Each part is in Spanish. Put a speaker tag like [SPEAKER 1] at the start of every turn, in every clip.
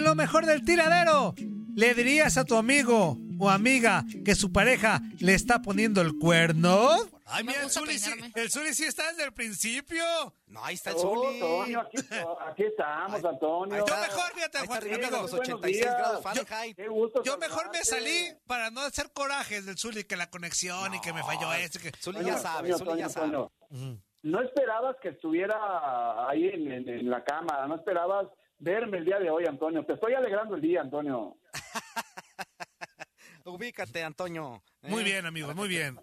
[SPEAKER 1] lo mejor del tiradero. ¿Le dirías a tu amigo o amiga que su pareja le está poniendo el cuerno? Ay,
[SPEAKER 2] Me
[SPEAKER 1] mira, el
[SPEAKER 2] gusta
[SPEAKER 1] Zuli, sí,
[SPEAKER 2] peinarme.
[SPEAKER 1] el Zuli sí está desde el principio.
[SPEAKER 3] No, ahí está el
[SPEAKER 4] Oh,
[SPEAKER 3] Zuli.
[SPEAKER 4] Antonio, aquí, aquí estamos, Antonio.
[SPEAKER 1] Yo mejor, fíjate,
[SPEAKER 3] Ahí está
[SPEAKER 1] Juan,
[SPEAKER 3] riendo
[SPEAKER 1] amigo.
[SPEAKER 3] los
[SPEAKER 4] Buenos
[SPEAKER 3] 86
[SPEAKER 4] días.
[SPEAKER 3] grados Fahrenheit.
[SPEAKER 4] Qué gusto
[SPEAKER 1] Yo mejor me
[SPEAKER 4] saludarte.
[SPEAKER 1] salí para no hacer corajes del Zuli, que la conexión y que me falló esto. Que...
[SPEAKER 3] Zuli
[SPEAKER 4] Antonio,
[SPEAKER 3] ya sabe,
[SPEAKER 4] Antonio,
[SPEAKER 3] Zuli ya sabe.
[SPEAKER 4] Antonio, No esperabas que estuviera ahí en, en- en la cámara, no esperabas verme el día de hoy, Antonio. Te estoy alegrando el día, Antonio.
[SPEAKER 3] Ubícate, Antonio. ¿eh?
[SPEAKER 1] Muy bien, amigos, muy bien.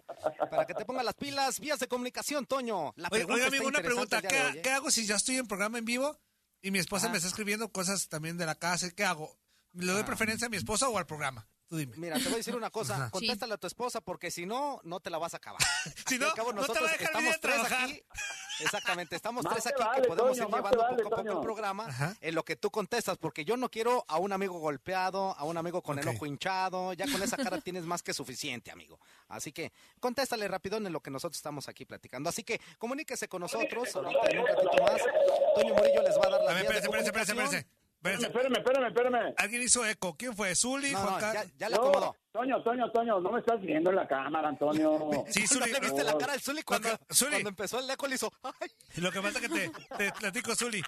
[SPEAKER 3] Para que te ponga las pilas, vías de comunicación, Toño. La
[SPEAKER 1] Oye,
[SPEAKER 3] pregunta
[SPEAKER 1] oiga,
[SPEAKER 3] está
[SPEAKER 1] amigo, una pregunta.
[SPEAKER 3] interesante el
[SPEAKER 1] ¿Qué,
[SPEAKER 3] día de hoy, ¿eh?
[SPEAKER 1] qué hago si ya estoy en programa en vivo y mi esposa
[SPEAKER 3] Ajá.
[SPEAKER 1] me está escribiendo cosas también de la casa? ¿Qué hago? ¿Le doy
[SPEAKER 3] Ah.
[SPEAKER 1] preferencia a mi esposa o al programa? Tú dime.
[SPEAKER 3] Mira, te voy a decir una cosa.
[SPEAKER 1] Ajá.
[SPEAKER 3] Contéstale a tu esposa porque si no, no te la vas a acabar.
[SPEAKER 1] Si
[SPEAKER 3] Al
[SPEAKER 1] no,
[SPEAKER 3] al cabo,
[SPEAKER 1] no te va a
[SPEAKER 3] nosotros
[SPEAKER 1] dejar
[SPEAKER 3] estamos
[SPEAKER 1] venir a
[SPEAKER 3] tres
[SPEAKER 1] trabajar.
[SPEAKER 3] aquí. Exactamente, estamos
[SPEAKER 4] Más
[SPEAKER 3] tres
[SPEAKER 4] te
[SPEAKER 3] aquí
[SPEAKER 4] vale,
[SPEAKER 3] que podemos
[SPEAKER 4] Toño,
[SPEAKER 3] ir
[SPEAKER 4] más te
[SPEAKER 3] llevando
[SPEAKER 4] vale,
[SPEAKER 3] poco a poco el
[SPEAKER 4] Toño.
[SPEAKER 3] programa
[SPEAKER 1] Ajá.
[SPEAKER 3] en lo que tú contestas, porque yo no quiero a un amigo golpeado, a un amigo con
[SPEAKER 1] Ok.
[SPEAKER 3] el ojo hinchado, ya con esa cara tienes más que suficiente, amigo. Así que contéstale rápido en lo que nosotros estamos aquí platicando. Así que comuníquese con nosotros, ahorita en un ratito más. Toño Murillo les va a dar
[SPEAKER 1] A
[SPEAKER 3] la
[SPEAKER 1] ver,
[SPEAKER 3] vías
[SPEAKER 1] espérense,
[SPEAKER 3] de
[SPEAKER 1] espérense, espérense,
[SPEAKER 3] comunicación.
[SPEAKER 1] espérense. Espérense.
[SPEAKER 4] Espérame, espérame, espérame.
[SPEAKER 1] Alguien hizo eco. ¿Quién fue? ¿Zuli?
[SPEAKER 3] No,
[SPEAKER 1] Juan
[SPEAKER 3] no, ya,
[SPEAKER 1] Carlos?
[SPEAKER 3] ya le
[SPEAKER 4] No,
[SPEAKER 3] acomodó.
[SPEAKER 4] Toño, Toño, Toño, no me estás viendo en la cámara, Antonio.
[SPEAKER 1] Sí,
[SPEAKER 3] ¿No
[SPEAKER 1] Zuli.
[SPEAKER 3] le viste la cara al Zuli cuando,
[SPEAKER 1] Lo que- Zuli.
[SPEAKER 3] cuando empezó el eco? Le hizo, "Ah". "Ay".
[SPEAKER 1] Lo que pasa es que te, te platico, Zuli.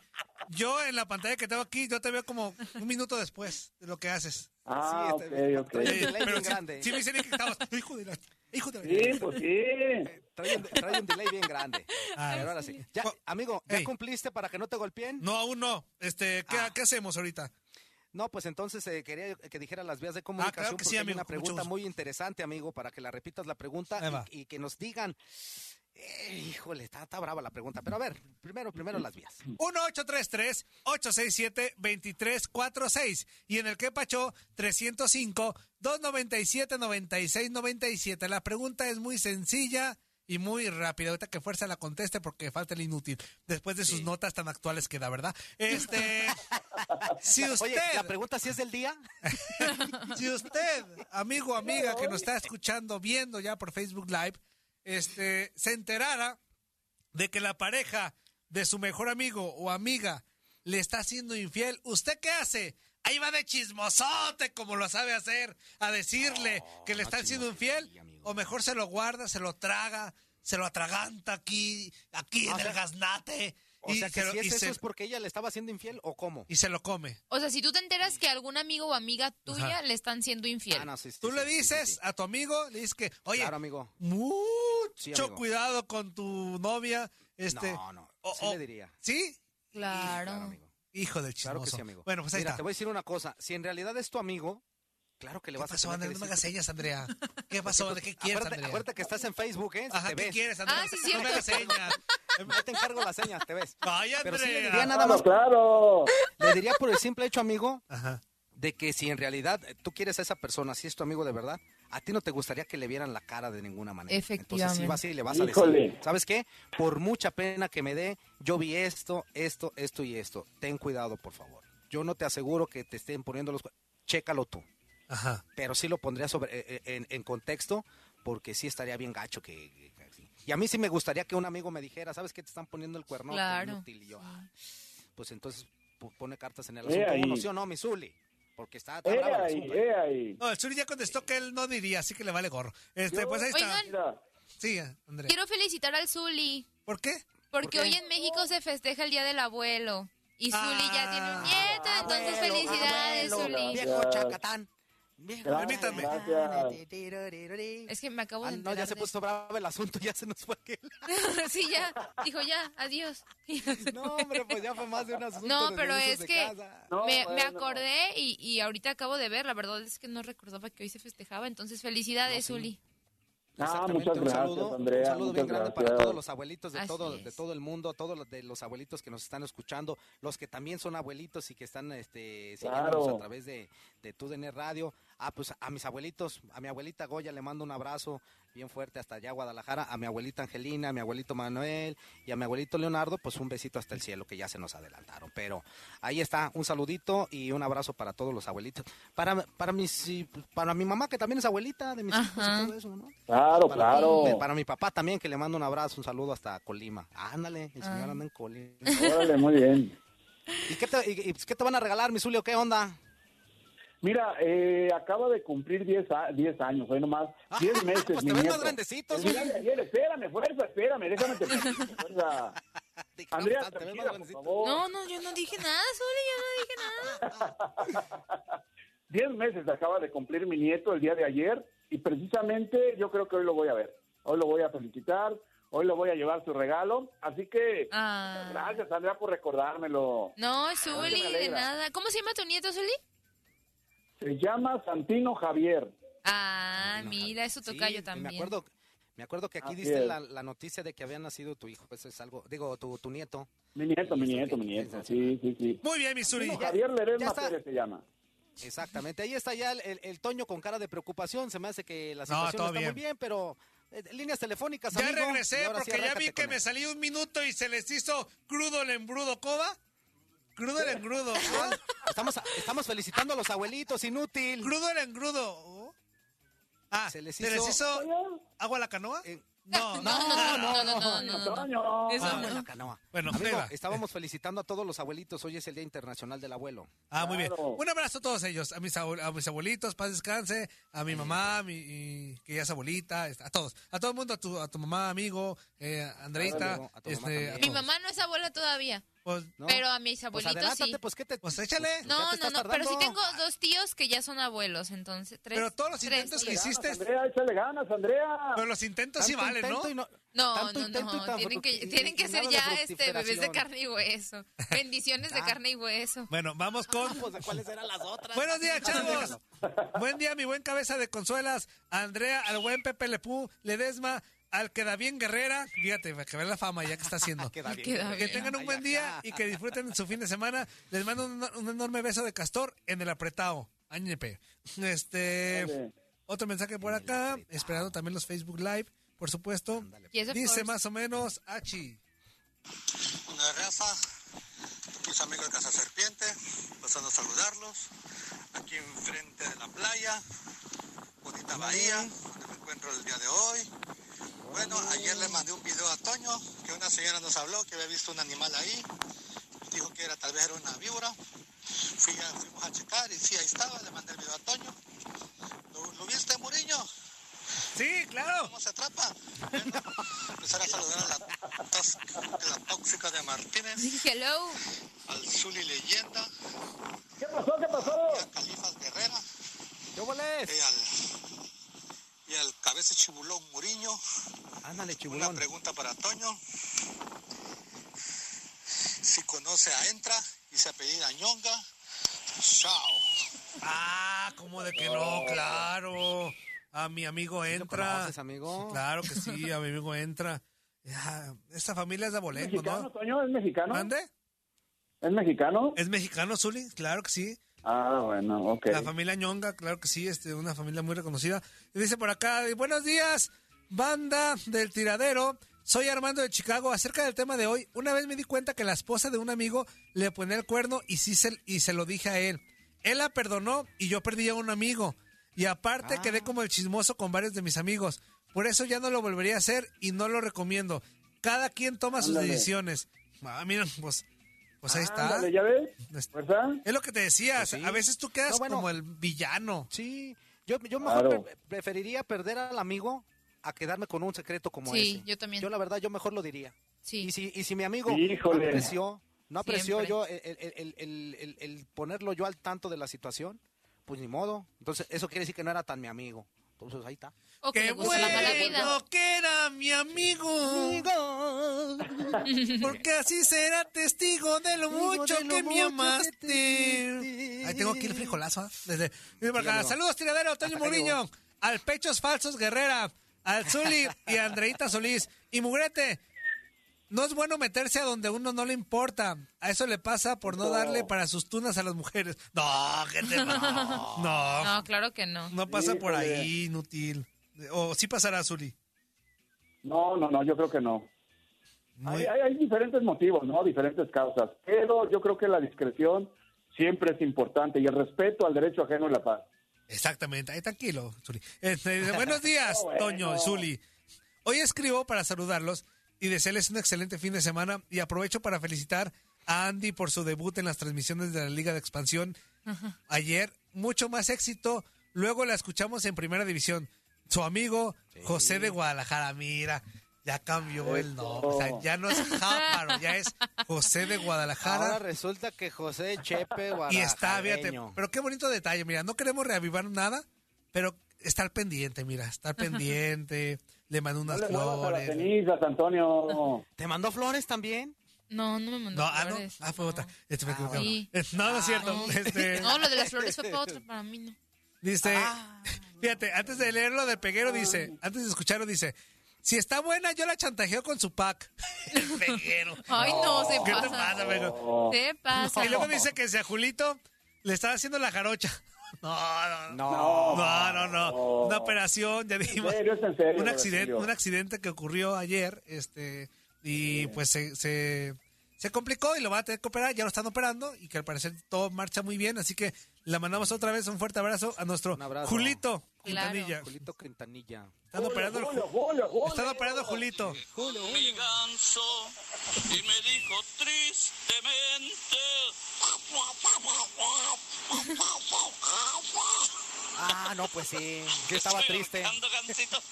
[SPEAKER 1] Yo en la pantalla que tengo aquí, yo te veo como un minuto después de lo que haces.
[SPEAKER 4] Ah,
[SPEAKER 3] Sí,
[SPEAKER 4] ok,
[SPEAKER 3] este-
[SPEAKER 4] ok.
[SPEAKER 3] Oye,
[SPEAKER 1] Eh,
[SPEAKER 3] delay
[SPEAKER 1] pero
[SPEAKER 3] bien
[SPEAKER 1] sí,
[SPEAKER 3] grande.
[SPEAKER 1] sí me dicen que estabas. Hijo de la. Hijo de la.
[SPEAKER 4] Sí, pues sí.
[SPEAKER 3] Trae un, trae un delay bien grande.
[SPEAKER 1] Ah,
[SPEAKER 3] Pero ahora sí. Ya,
[SPEAKER 1] Cu-
[SPEAKER 3] amigo, ¿ya
[SPEAKER 1] Ey.
[SPEAKER 3] cumpliste para que no te golpeen?
[SPEAKER 1] No, aún no. Este, ¿qué,
[SPEAKER 3] Ah.
[SPEAKER 1] ¿qué hacemos ahorita?
[SPEAKER 3] No, pues entonces eh, quería que dijera las vías de comunicación
[SPEAKER 1] Ah, claro que
[SPEAKER 3] porque
[SPEAKER 1] sí,
[SPEAKER 3] hay
[SPEAKER 1] amigo,
[SPEAKER 3] una
[SPEAKER 1] con mucho
[SPEAKER 3] pregunta
[SPEAKER 1] gusto.
[SPEAKER 3] muy interesante, amigo, para que la repitas la
[SPEAKER 1] Ahí va.
[SPEAKER 3] pregunta y, y que nos digan. Eh, híjole, está, está brava la pregunta, pero a ver, primero, primero las vías.
[SPEAKER 1] 1-833-867-2346 y en el que Pacho 305-297-9697. La pregunta es muy sencilla y muy rápida. Ahorita que fuerza la conteste porque falta el inútil. Después de sus
[SPEAKER 3] Sí.
[SPEAKER 1] notas tan actuales que da, ¿verdad? Este. si usted.
[SPEAKER 3] Oye, la pregunta si es del día.
[SPEAKER 1] Si usted, amigo o amiga que nos está escuchando, viendo ya por Facebook Live, este, se enterara de que la pareja de su mejor amigo o amiga le está haciendo infiel, ¿usted qué hace? Ahí va de chismosote, como lo sabe hacer, a decirle
[SPEAKER 3] No,
[SPEAKER 1] que le
[SPEAKER 3] no
[SPEAKER 1] está haciendo infiel,
[SPEAKER 3] chismosería, amigo.
[SPEAKER 1] o mejor se lo guarda, se lo traga, se lo atraganta aquí, aquí
[SPEAKER 3] O
[SPEAKER 1] en
[SPEAKER 3] sea-
[SPEAKER 1] el gaznate,
[SPEAKER 3] O
[SPEAKER 1] y,
[SPEAKER 3] sea, que
[SPEAKER 1] se lo-
[SPEAKER 3] si
[SPEAKER 1] y
[SPEAKER 3] es eso
[SPEAKER 1] se-
[SPEAKER 3] es porque ella le estaba haciendo infiel o cómo.
[SPEAKER 1] y se lo come.
[SPEAKER 2] O sea, si tú te enteras que algún amigo o amiga tuya
[SPEAKER 1] Ajá.
[SPEAKER 2] le están siendo infiel.
[SPEAKER 3] Ah, no, sí, sí,
[SPEAKER 1] Tú
[SPEAKER 3] sí,
[SPEAKER 1] le
[SPEAKER 3] sí, sí,
[SPEAKER 1] dices
[SPEAKER 3] sí.
[SPEAKER 1] a tu amigo, le dices que, oye,
[SPEAKER 3] Claro, amigo.
[SPEAKER 1] mucho
[SPEAKER 3] Sí, amigo.
[SPEAKER 1] cuidado con tu novia. Este,
[SPEAKER 3] No, no,
[SPEAKER 1] o-
[SPEAKER 3] sí
[SPEAKER 1] o-
[SPEAKER 3] le diría.
[SPEAKER 1] ¿Sí?
[SPEAKER 2] Claro.
[SPEAKER 3] amigo.
[SPEAKER 1] Hijo del chismoso.
[SPEAKER 3] Claro que sí, amigo.
[SPEAKER 1] Bueno, pues ahí
[SPEAKER 3] Mira,
[SPEAKER 1] está.
[SPEAKER 3] te voy a decir una cosa. Si en realidad es tu amigo, claro que le
[SPEAKER 1] ¿Qué
[SPEAKER 3] vas
[SPEAKER 1] pasó,
[SPEAKER 3] a tener
[SPEAKER 1] Andrea? No
[SPEAKER 3] que
[SPEAKER 1] me
[SPEAKER 3] decir
[SPEAKER 1] hagas señas, Andrea. ¿Qué pasó? ¿De qué quieres,
[SPEAKER 3] acuérdate,
[SPEAKER 1] Andrea?
[SPEAKER 3] acuérdate que estás en Facebook, ¿eh?
[SPEAKER 1] Ajá,
[SPEAKER 3] te
[SPEAKER 1] ¿qué
[SPEAKER 3] ves.
[SPEAKER 1] quieres, Andrea?
[SPEAKER 2] Ah, sí,
[SPEAKER 1] no me
[SPEAKER 2] cierto.
[SPEAKER 1] hagas señas.
[SPEAKER 3] Ahí te encargo las señas, te ves.
[SPEAKER 1] Ay,
[SPEAKER 3] Pero sí le
[SPEAKER 1] Andrea.
[SPEAKER 3] diría nada
[SPEAKER 4] Claro,
[SPEAKER 3] más,
[SPEAKER 4] claro.
[SPEAKER 3] le diría por el simple hecho, amigo,
[SPEAKER 1] Ajá.
[SPEAKER 3] de que si en realidad eh, tú quieres a esa persona, si es tu amigo de verdad, a ti no te gustaría que le vieran la cara de ninguna manera. Entonces, si
[SPEAKER 2] Efectivamente.
[SPEAKER 3] vas y le vas a decir,
[SPEAKER 4] Híjole.
[SPEAKER 3] ¿sabes qué? Por mucha pena que me dé, yo vi esto, esto, esto y esto. Ten cuidado, por favor. Yo no te aseguro que te estén poniendo los... cu- Chécalo tú.
[SPEAKER 1] Ajá.
[SPEAKER 3] pero sí lo pondría sobre eh, eh, en, en contexto porque sí estaría bien gacho que, que- que sí. y a mí sí me gustaría que un amigo me dijera sabes qué? te están poniendo el cuerno
[SPEAKER 2] Claro.
[SPEAKER 3] inútil y yo ah, pues entonces pu- pone cartas en el
[SPEAKER 4] Eh,
[SPEAKER 3] asunto
[SPEAKER 4] ahí.
[SPEAKER 3] Uno, sí o no mi Zuli porque está, está
[SPEAKER 4] Eh
[SPEAKER 3] bravo el
[SPEAKER 4] ahí,
[SPEAKER 3] asunto, ¿eh?
[SPEAKER 4] eh ahí.
[SPEAKER 1] No, el Suri ya contestó que él no diría, así que le vale gorro. Este,
[SPEAKER 4] Yo-
[SPEAKER 1] pues ahí está.
[SPEAKER 2] Oigan.
[SPEAKER 4] Mira,
[SPEAKER 1] Sí, Andrea.
[SPEAKER 2] Quiero felicitar al Zuli,
[SPEAKER 1] ¿Por qué?
[SPEAKER 2] porque
[SPEAKER 3] qué?
[SPEAKER 2] hoy en México se festeja el Día del Abuelo. Y Zuli ya tiene
[SPEAKER 1] Ah,
[SPEAKER 2] un nieto, entonces
[SPEAKER 3] Abuelo,
[SPEAKER 2] felicidades,
[SPEAKER 3] abuelo,
[SPEAKER 2] Zuli.
[SPEAKER 3] viejo
[SPEAKER 4] Gracias.
[SPEAKER 3] chacatán viejo
[SPEAKER 4] Gracias,
[SPEAKER 3] chacatán.
[SPEAKER 4] gracias.
[SPEAKER 2] Es que me acabo
[SPEAKER 3] Ah, no,
[SPEAKER 2] de enterar.
[SPEAKER 3] ya se
[SPEAKER 2] de-
[SPEAKER 3] puso bravo el asunto, ya se nos fue aquel.
[SPEAKER 2] sí, ya. Dijo ya, adiós. Y ya se
[SPEAKER 3] No,
[SPEAKER 2] fue.
[SPEAKER 3] hombre, pues ya fue más de un asunto.
[SPEAKER 2] No,
[SPEAKER 3] de
[SPEAKER 2] pero
[SPEAKER 3] negocios
[SPEAKER 2] es
[SPEAKER 3] de
[SPEAKER 2] que-
[SPEAKER 3] casa.
[SPEAKER 4] No,
[SPEAKER 2] me, me
[SPEAKER 4] bueno.
[SPEAKER 2] acordé y, y ahorita acabo de ver. La verdad es que no recordaba que hoy se festejaba. Entonces, felicidades, Zuli.
[SPEAKER 4] Ah,
[SPEAKER 3] Exactamente,
[SPEAKER 4] muchas
[SPEAKER 3] un
[SPEAKER 4] gracias,
[SPEAKER 3] saludo, un
[SPEAKER 4] Andrea.
[SPEAKER 3] saludo bien
[SPEAKER 4] muchas
[SPEAKER 3] grande
[SPEAKER 4] gracias.
[SPEAKER 3] para todos los abuelitos de
[SPEAKER 2] Así
[SPEAKER 3] todo,
[SPEAKER 2] es.
[SPEAKER 3] de todo el mundo, todos los, de los abuelitos que nos están escuchando, los que también son abuelitos y que están este, siguiéndonos
[SPEAKER 4] Claro.
[SPEAKER 3] a través de, de TUDN Radio. Ah, pues a mis abuelitos, a mi abuelita Goya le mando un abrazo bien fuerte hasta allá, Guadalajara, a mi abuelita Angelina, a mi abuelito Manuel y a mi abuelito Leonardo, pues un besito hasta el cielo que ya se nos adelantaron. Pero ahí está, un saludito y un abrazo para todos los abuelitos. Para, para, mis, y pues, para mi mamá, que también es abuelita de mis hijos
[SPEAKER 2] Ajá.
[SPEAKER 3] y todo eso, ¿no?
[SPEAKER 4] Claro,
[SPEAKER 3] Para-
[SPEAKER 4] claro.
[SPEAKER 3] de- Para mi papá también, que le mando un abrazo, un saludo hasta Colima. Ándale, el señor
[SPEAKER 2] Ah.
[SPEAKER 3] anda en Colima.
[SPEAKER 4] Órale, muy bien.
[SPEAKER 3] ¿Y qué te, y- y, pues, qué te van a regalar, mi Zulio? ¿Qué onda?
[SPEAKER 4] Mira, eh, acaba de cumplir 10 a- 10 años, hoy nomás, 10 meses,
[SPEAKER 3] pues
[SPEAKER 4] mi
[SPEAKER 3] te ves más
[SPEAKER 4] nieto.
[SPEAKER 3] grandecito,
[SPEAKER 4] El
[SPEAKER 3] güey.
[SPEAKER 4] día de ayer, espérame, fuerza, espérame, déjame te platico, fuerza.
[SPEAKER 3] Dije, no,
[SPEAKER 4] Andrea,
[SPEAKER 3] pues, te ves más
[SPEAKER 4] tranquila, por
[SPEAKER 3] grandecito.
[SPEAKER 4] favor.
[SPEAKER 2] No, no, yo no dije nada, Zuli, yo no dije nada.
[SPEAKER 4] 10 meses acaba de cumplir mi nieto el día de ayer y precisamente yo creo que hoy lo voy a ver. Hoy lo voy a felicitar, hoy lo voy a llevar su regalo. Así que
[SPEAKER 2] Ah.
[SPEAKER 4] gracias Andrea por recordármelo.
[SPEAKER 3] Ah,
[SPEAKER 2] No,
[SPEAKER 4] que
[SPEAKER 2] Zuli,
[SPEAKER 4] me
[SPEAKER 2] de
[SPEAKER 4] alegra.
[SPEAKER 2] nada. ¿Cómo se llama tu nieto, Zuli?
[SPEAKER 4] Se llama Santino Javier.
[SPEAKER 2] Ah,
[SPEAKER 3] No,
[SPEAKER 2] mira, eso
[SPEAKER 3] sí,
[SPEAKER 2] toca yo
[SPEAKER 3] y
[SPEAKER 2] también.
[SPEAKER 3] Me acuerdo, me acuerdo que aquí
[SPEAKER 4] Así
[SPEAKER 3] diste
[SPEAKER 4] es.
[SPEAKER 3] la, la noticia de que había nacido tu hijo. Eso es algo, digo, tu, tu nieto.
[SPEAKER 4] Mi nieto, mi
[SPEAKER 3] Sí,
[SPEAKER 4] nieto,
[SPEAKER 3] sí,
[SPEAKER 4] mi nieto.
[SPEAKER 3] sensacional.
[SPEAKER 4] Sí, sí, sí.
[SPEAKER 1] Muy bien, Missouri.
[SPEAKER 4] Santino Javier
[SPEAKER 3] ya
[SPEAKER 4] Ledesma
[SPEAKER 3] está.
[SPEAKER 4] Pérez se llama.
[SPEAKER 3] Exactamente. Ahí está ya el, el- el Toño con cara de preocupación. Se me hace que la
[SPEAKER 1] No,
[SPEAKER 3] situación
[SPEAKER 1] todo
[SPEAKER 3] está
[SPEAKER 1] bien.
[SPEAKER 3] muy bien, pero eh, líneas telefónicas.
[SPEAKER 1] Ya
[SPEAKER 3] amigo, y
[SPEAKER 1] regresé
[SPEAKER 3] ahora sí,
[SPEAKER 1] porque ya
[SPEAKER 3] arráncate
[SPEAKER 1] vi que
[SPEAKER 3] con
[SPEAKER 1] me
[SPEAKER 3] él.
[SPEAKER 1] salí un minuto y se les hizo crudo el embrudo. ¿Coba? Crudo el engrudo. ¿ah?
[SPEAKER 3] Estamos, estamos felicitando a los abuelitos, inútil.
[SPEAKER 1] Crudo el engrudo. ¿oh? Ah, ¿se les hizo,
[SPEAKER 4] Oh,
[SPEAKER 1] agua a la canoa?
[SPEAKER 3] Eh,
[SPEAKER 1] No, no.
[SPEAKER 3] no, no, no,
[SPEAKER 1] Oh,
[SPEAKER 2] no, no, no.
[SPEAKER 4] Toño.
[SPEAKER 2] Eso
[SPEAKER 1] Ah,
[SPEAKER 2] no.
[SPEAKER 3] la canoa.
[SPEAKER 1] Bueno,
[SPEAKER 3] Amigo,
[SPEAKER 1] venga.
[SPEAKER 3] estábamos felicitando a todos los abuelitos. Hoy es el Día Internacional del Abuelo.
[SPEAKER 1] Ah, muy bien.
[SPEAKER 4] Claro.
[SPEAKER 1] Un abrazo a todos ellos, a mis, abuel- a mis abuelitos, paz descanse, a mi mamá, a mi, y- que ya es abuelita, este, a todos, a todo el mundo, a tu, a tu mamá, amigo, eh, a Andreita,
[SPEAKER 3] amigo, a tu mamá
[SPEAKER 1] este, a
[SPEAKER 3] también.
[SPEAKER 2] Mi
[SPEAKER 1] todos.
[SPEAKER 2] mamá no es abuela todavía,
[SPEAKER 1] Pues,
[SPEAKER 3] ¿no?
[SPEAKER 2] pero a mis
[SPEAKER 3] Pues
[SPEAKER 2] abuelitos
[SPEAKER 3] adelántate,
[SPEAKER 2] sí.
[SPEAKER 3] pues, ¿qué te-
[SPEAKER 1] Pues échale.
[SPEAKER 3] ya
[SPEAKER 2] no,
[SPEAKER 3] te
[SPEAKER 2] no,
[SPEAKER 3] estás
[SPEAKER 2] no, pero sí
[SPEAKER 3] tardando.
[SPEAKER 2] tengo dos tíos que ya son abuelos, entonces tres.
[SPEAKER 1] Pero todos los
[SPEAKER 2] tres
[SPEAKER 1] intentos que
[SPEAKER 2] tíos.
[SPEAKER 1] hiciste-
[SPEAKER 4] Ganas, Andrea, échale ganas, Andrea.
[SPEAKER 1] pero los intentos sí
[SPEAKER 3] Tanto
[SPEAKER 1] valen, ¿no?
[SPEAKER 3] intento y
[SPEAKER 2] No,
[SPEAKER 3] tanto
[SPEAKER 2] no,
[SPEAKER 3] intento y
[SPEAKER 2] no,
[SPEAKER 3] tan
[SPEAKER 2] tienen que,
[SPEAKER 3] fructi-
[SPEAKER 2] tienen que
[SPEAKER 3] y
[SPEAKER 2] ser
[SPEAKER 3] nada de
[SPEAKER 2] ya este bebés de
[SPEAKER 3] fructiferación.
[SPEAKER 2] carne y hueso. Bendiciones de
[SPEAKER 3] Ah.
[SPEAKER 2] carne y hueso.
[SPEAKER 1] Bueno,
[SPEAKER 2] Ah,
[SPEAKER 1] vamos con...
[SPEAKER 3] Pues, ¿de ¿Cuáles eran las otras?
[SPEAKER 1] Buenos días,
[SPEAKER 2] pues,
[SPEAKER 3] Ah,
[SPEAKER 1] chavos. Buen día, mi buen cabeza de consuelas. Andrea, al buen Pepe Lepú, Ledesma, al que da bien guerrera. Fíjate, para que ver la fama ya que está haciendo.
[SPEAKER 3] Queda bien.
[SPEAKER 2] Queda
[SPEAKER 1] Que
[SPEAKER 2] bien.
[SPEAKER 1] tengan un buen día y que disfruten su fin de semana. Les mando un, un enorme beso de castor en el apretado. Áñepe. Este.
[SPEAKER 4] Ándale.
[SPEAKER 1] Otro mensaje por
[SPEAKER 3] En el
[SPEAKER 1] acá.
[SPEAKER 3] apretado.
[SPEAKER 1] Esperando también los Facebook Live, por supuesto.
[SPEAKER 3] Ándale. pues.
[SPEAKER 2] Y eso
[SPEAKER 1] Dice
[SPEAKER 2] por-
[SPEAKER 1] más o menos Achi.
[SPEAKER 5] una Rafa, mis amigos de Casa Serpiente, pasando a saludarlos, aquí enfrente de la playa, bonita bahía, donde me encuentro el día de hoy. Bueno, ayer le mandé un video a Toño, que una señora nos habló que había visto un animal ahí, dijo que era tal vez era una víbora, Fui a- fuimos a checar y sí, ahí estaba, le mandé el video a Toño. ¿Lo, lo viste, Muriño?
[SPEAKER 1] Sí, claro.
[SPEAKER 5] ¿Cómo se atrapa? Bueno, empezar a saludar a la, tos- a la tóxica de Martínez
[SPEAKER 2] Hello.
[SPEAKER 5] al Zuli Leyenda,
[SPEAKER 4] ¿Qué pasó? ¿Qué pasó?
[SPEAKER 5] a Califas Guerrera,
[SPEAKER 3] ¿Qué volés?
[SPEAKER 5] y al, y al Cabeza Chibulón Muriño.
[SPEAKER 3] Ándale,
[SPEAKER 5] Una
[SPEAKER 3] chibulón.
[SPEAKER 5] pregunta para Toño. Si conoce a Entra y se apellida Ñonga, chao.
[SPEAKER 1] Ah, como de que no, claro. A mi amigo
[SPEAKER 3] Oh. lo
[SPEAKER 1] entra.
[SPEAKER 3] conoces, amigo?
[SPEAKER 1] Sí, claro que sí, a mi amigo entra. Ya, esta familia es de abolengo,
[SPEAKER 4] ¿Mexicano,
[SPEAKER 1] ¿no?
[SPEAKER 4] Toño? ¿Es mexicano?
[SPEAKER 1] ¿Mande?
[SPEAKER 4] ¿Es mexicano?
[SPEAKER 1] ¿Es mexicano, Zuli? Claro que sí.
[SPEAKER 4] Ah, bueno, ok.
[SPEAKER 1] La familia Ñonga, claro que sí, este, una familia muy reconocida. Y dice por acá, buenos días, banda del tiradero. Soy Armando de Chicago. Acerca del tema de hoy, una vez me di cuenta que la esposa de un amigo le ponía el cuerno y, sí se, y se lo dije a él. Él la perdonó y yo perdí a un amigo. Y aparte
[SPEAKER 3] Ah.
[SPEAKER 1] quedé como el chismoso con varios de mis amigos. Por eso ya no lo volvería a hacer y no lo recomiendo. Cada quien toma sus
[SPEAKER 4] Ándale.
[SPEAKER 1] decisiones. Ah, mira, pues, pues ahí está. Este,
[SPEAKER 4] Ándale, ¿ya ves?
[SPEAKER 1] Está.
[SPEAKER 4] ¿Fuerza?
[SPEAKER 1] Es lo que te decías,
[SPEAKER 3] Pues sí.
[SPEAKER 1] a veces tú quedas
[SPEAKER 3] No, bueno.
[SPEAKER 1] como el villano.
[SPEAKER 3] Sí, yo, yo mejor
[SPEAKER 4] Claro.
[SPEAKER 3] pre- preferiría perder al amigo a quedarme con un secreto como
[SPEAKER 2] Sí,
[SPEAKER 3] ese.
[SPEAKER 2] yo también.
[SPEAKER 3] Yo la verdad, yo mejor lo diría.
[SPEAKER 2] Sí.
[SPEAKER 3] Y, si, y si mi amigo
[SPEAKER 4] Híjole.
[SPEAKER 3] no apreció, no apreció
[SPEAKER 2] Siempre.
[SPEAKER 3] yo el, el- el- el- el- el ponerlo yo al tanto de la situación, pues ni modo. Entonces, eso quiere decir que no era tan mi amigo. Entonces, ahí está.
[SPEAKER 2] O que
[SPEAKER 1] ¡Qué
[SPEAKER 2] le gusta la mala vida.
[SPEAKER 1] bueno que era mi amigo! Porque así será testigo de lo
[SPEAKER 3] Testigo
[SPEAKER 1] mucho
[SPEAKER 3] de lo
[SPEAKER 1] que me
[SPEAKER 3] mucho que te
[SPEAKER 1] amaste.
[SPEAKER 3] amaste.
[SPEAKER 1] Ahí tengo aquí el frijolazo. ¿ah? Desde, Mira para acá.
[SPEAKER 3] Dígamelo.
[SPEAKER 1] Saludos, tiradero, Toño
[SPEAKER 3] Hasta acá
[SPEAKER 1] Muriño. Al Pechos Falsos Guerrera. Al Zuli y a Andreita Solís. Y Mugrete. No es bueno meterse a donde uno no le importa. A eso le pasa por no,
[SPEAKER 4] No.
[SPEAKER 1] darle para sus tunas a las mujeres. No, que te no. no.
[SPEAKER 2] No, claro que no.
[SPEAKER 1] No pasa por
[SPEAKER 4] Híjole.
[SPEAKER 1] ahí, inútil. O sí pasará, Zuli.
[SPEAKER 4] No, no, no, yo creo que no. Hay,
[SPEAKER 1] Muy-
[SPEAKER 4] hay- hay diferentes motivos, ¿no? Diferentes causas. Pero yo creo que la discreción siempre es importante y el respeto al derecho ajeno y la paz.
[SPEAKER 1] Exactamente. Ahí tranquilo, Zuli. Este, dice, buenos días,
[SPEAKER 4] Bueno.
[SPEAKER 1] Toño y Zuli. Hoy escribo para saludarlos y desearles un excelente fin de semana y aprovecho para felicitar a Andy por su debut en las transmisiones de la Liga de Expansión ayer. Mucho más éxito. Luego la escuchamos en Primera División. Su amigo José de Guadalajara. Mira, ya cambió el nombre. O sea, ya no es Jáparo, ya es José de Guadalajara.
[SPEAKER 3] Ahora resulta que José Chepe
[SPEAKER 1] Y está, fíjate,
[SPEAKER 3] guadalajareño.
[SPEAKER 1] pero qué bonito detalle, mira, no queremos reavivar nada, pero estar pendiente, mira, estar pendiente, le mandó
[SPEAKER 4] No
[SPEAKER 1] unas
[SPEAKER 4] le muevas a las
[SPEAKER 1] flores.
[SPEAKER 4] cenizas, Antonio.
[SPEAKER 3] ¿Te mandó flores también?
[SPEAKER 2] No, no me mandó
[SPEAKER 1] No, ah, no,
[SPEAKER 2] flores,
[SPEAKER 1] ah, fue otra. Este, me
[SPEAKER 3] Ah,
[SPEAKER 1] equivoqué.
[SPEAKER 2] sí.
[SPEAKER 1] Eh, No, no es cierto.
[SPEAKER 2] No.
[SPEAKER 1] Este,
[SPEAKER 2] No, lo de las flores fue para otro, para mí no.
[SPEAKER 1] Dice,
[SPEAKER 3] Ah.
[SPEAKER 1] fíjate, antes de leerlo de Peguero
[SPEAKER 2] Ah.
[SPEAKER 1] dice, antes de escucharlo dice, si está buena yo la chantajeo con su pack. Peguero. Oh,
[SPEAKER 2] Ay, no, se
[SPEAKER 1] ¿Qué te
[SPEAKER 2] pasa.
[SPEAKER 1] pasa, Peguero?
[SPEAKER 2] Se pasa.
[SPEAKER 1] Y luego dice que si a Julito le está haciendo la jarocha. No, no, no.
[SPEAKER 3] No.
[SPEAKER 4] Ah.
[SPEAKER 1] No, no, no. Una operación, ya
[SPEAKER 4] En
[SPEAKER 1] dijimos.
[SPEAKER 4] serio, es en serio.
[SPEAKER 1] un accidente,
[SPEAKER 4] Basilio.
[SPEAKER 1] un accidente que ocurrió ayer, este, y pues se, se, se complicó y lo va a tener que operar, ya lo están operando y que al parecer todo marcha muy bien, así que la mandamos otra vez un fuerte abrazo a nuestro
[SPEAKER 3] Un abrazo.
[SPEAKER 1] Julito
[SPEAKER 2] Claro.
[SPEAKER 1] Quintanilla.
[SPEAKER 3] Julito Quintanilla.
[SPEAKER 1] Están operando, el Ju-
[SPEAKER 4] Julio, Julio, Julio.
[SPEAKER 1] están operando a Julito.
[SPEAKER 5] Mi ganso y me dijo tristemente.
[SPEAKER 3] Ah, no, pues sí. Yo estaba
[SPEAKER 5] Estoy
[SPEAKER 3] triste.
[SPEAKER 5] ahorcando, gansito.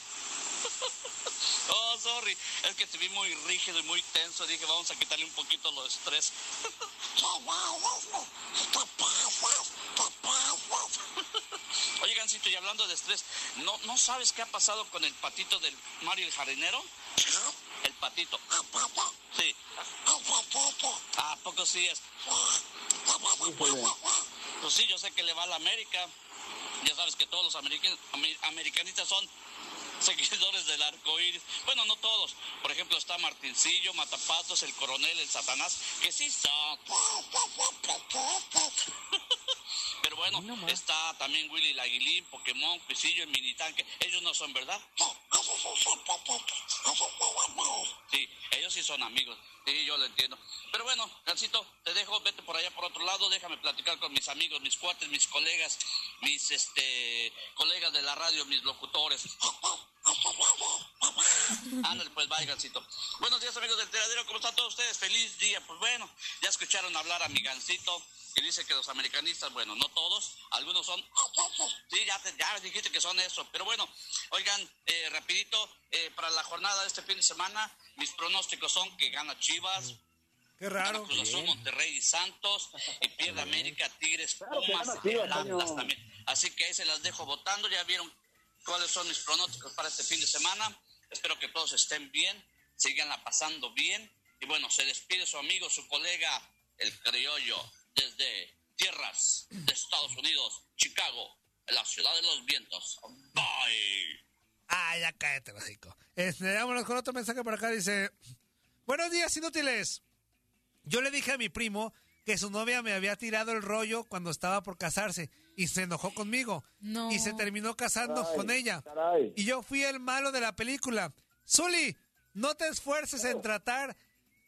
[SPEAKER 5] Oh, sorry. Es que te vi muy rígido y muy tenso. Dije, vamos a quitarle un poquito lo de estrés. Oye, Gansito, y hablando de estrés, ¿no, ¿no sabes qué ha pasado con el patito del Mario el jardinero? El patito. Sí. ¿A poco sí es? Pues sí, yo sé que le va a la América. Ya sabes que todos los american- amer- americanistas son seguidores del arco iris. Bueno, no todos. Por ejemplo, está Martincillo, Matapatos, el coronel, el Satanás, que sí son. Pero bueno, está también Willy el Aguilín, Pokémon, Cuisillo, el Minitanque. Ellos no son, ¿verdad? Sí, ellos sí son amigos. Sí, yo lo entiendo. Pero bueno, Gancito, te dejo, vete por allá por otro lado, déjame platicar con mis amigos, mis cuates, mis colegas, mis este colegas de la radio, mis locutores. Ándale, pues bye, Gancito. Buenos días, amigos del tiradero, ¿cómo están todos ustedes? Feliz día. Pues bueno, ya escucharon hablar a mi Gancito y dice que los americanistas, bueno, no todos, algunos son. Sí, ya, te- ya dijiste que son eso. Pero bueno, oigan, eh, rapidito, eh, para la jornada de este fin de semana, mis pronósticos son que gana Chivas,
[SPEAKER 1] Qué
[SPEAKER 5] Gana
[SPEAKER 1] raro.
[SPEAKER 5] Cruz Azul, Monterrey y Santos, y pierde América, Tigres,
[SPEAKER 4] Claro que
[SPEAKER 5] Pumas
[SPEAKER 4] gana
[SPEAKER 5] y
[SPEAKER 4] Chivas,
[SPEAKER 5] Atlas
[SPEAKER 4] Toño.
[SPEAKER 5] también. Así que ahí se las dejo votando, ya vieron cuáles son mis pronósticos para este fin de semana. Espero que todos estén bien, siganla pasando bien. Y bueno, se despide su amigo, su colega, el criollo, desde tierras de Estados Unidos, Chicago, en la ciudad de los vientos. Bye.
[SPEAKER 1] Ah, ya cállate, básico. Este, vámonos con otro mensaje por acá. Dice: Buenos días, inútiles. Yo le dije a mi primo que su novia me había tirado el rollo cuando estaba por casarse y se enojó conmigo.
[SPEAKER 2] No.
[SPEAKER 1] Y se terminó casando
[SPEAKER 4] Ay,
[SPEAKER 1] con ella.
[SPEAKER 4] caray.
[SPEAKER 1] Y yo fui el malo de la película. Zully, no te esfuerces en tratar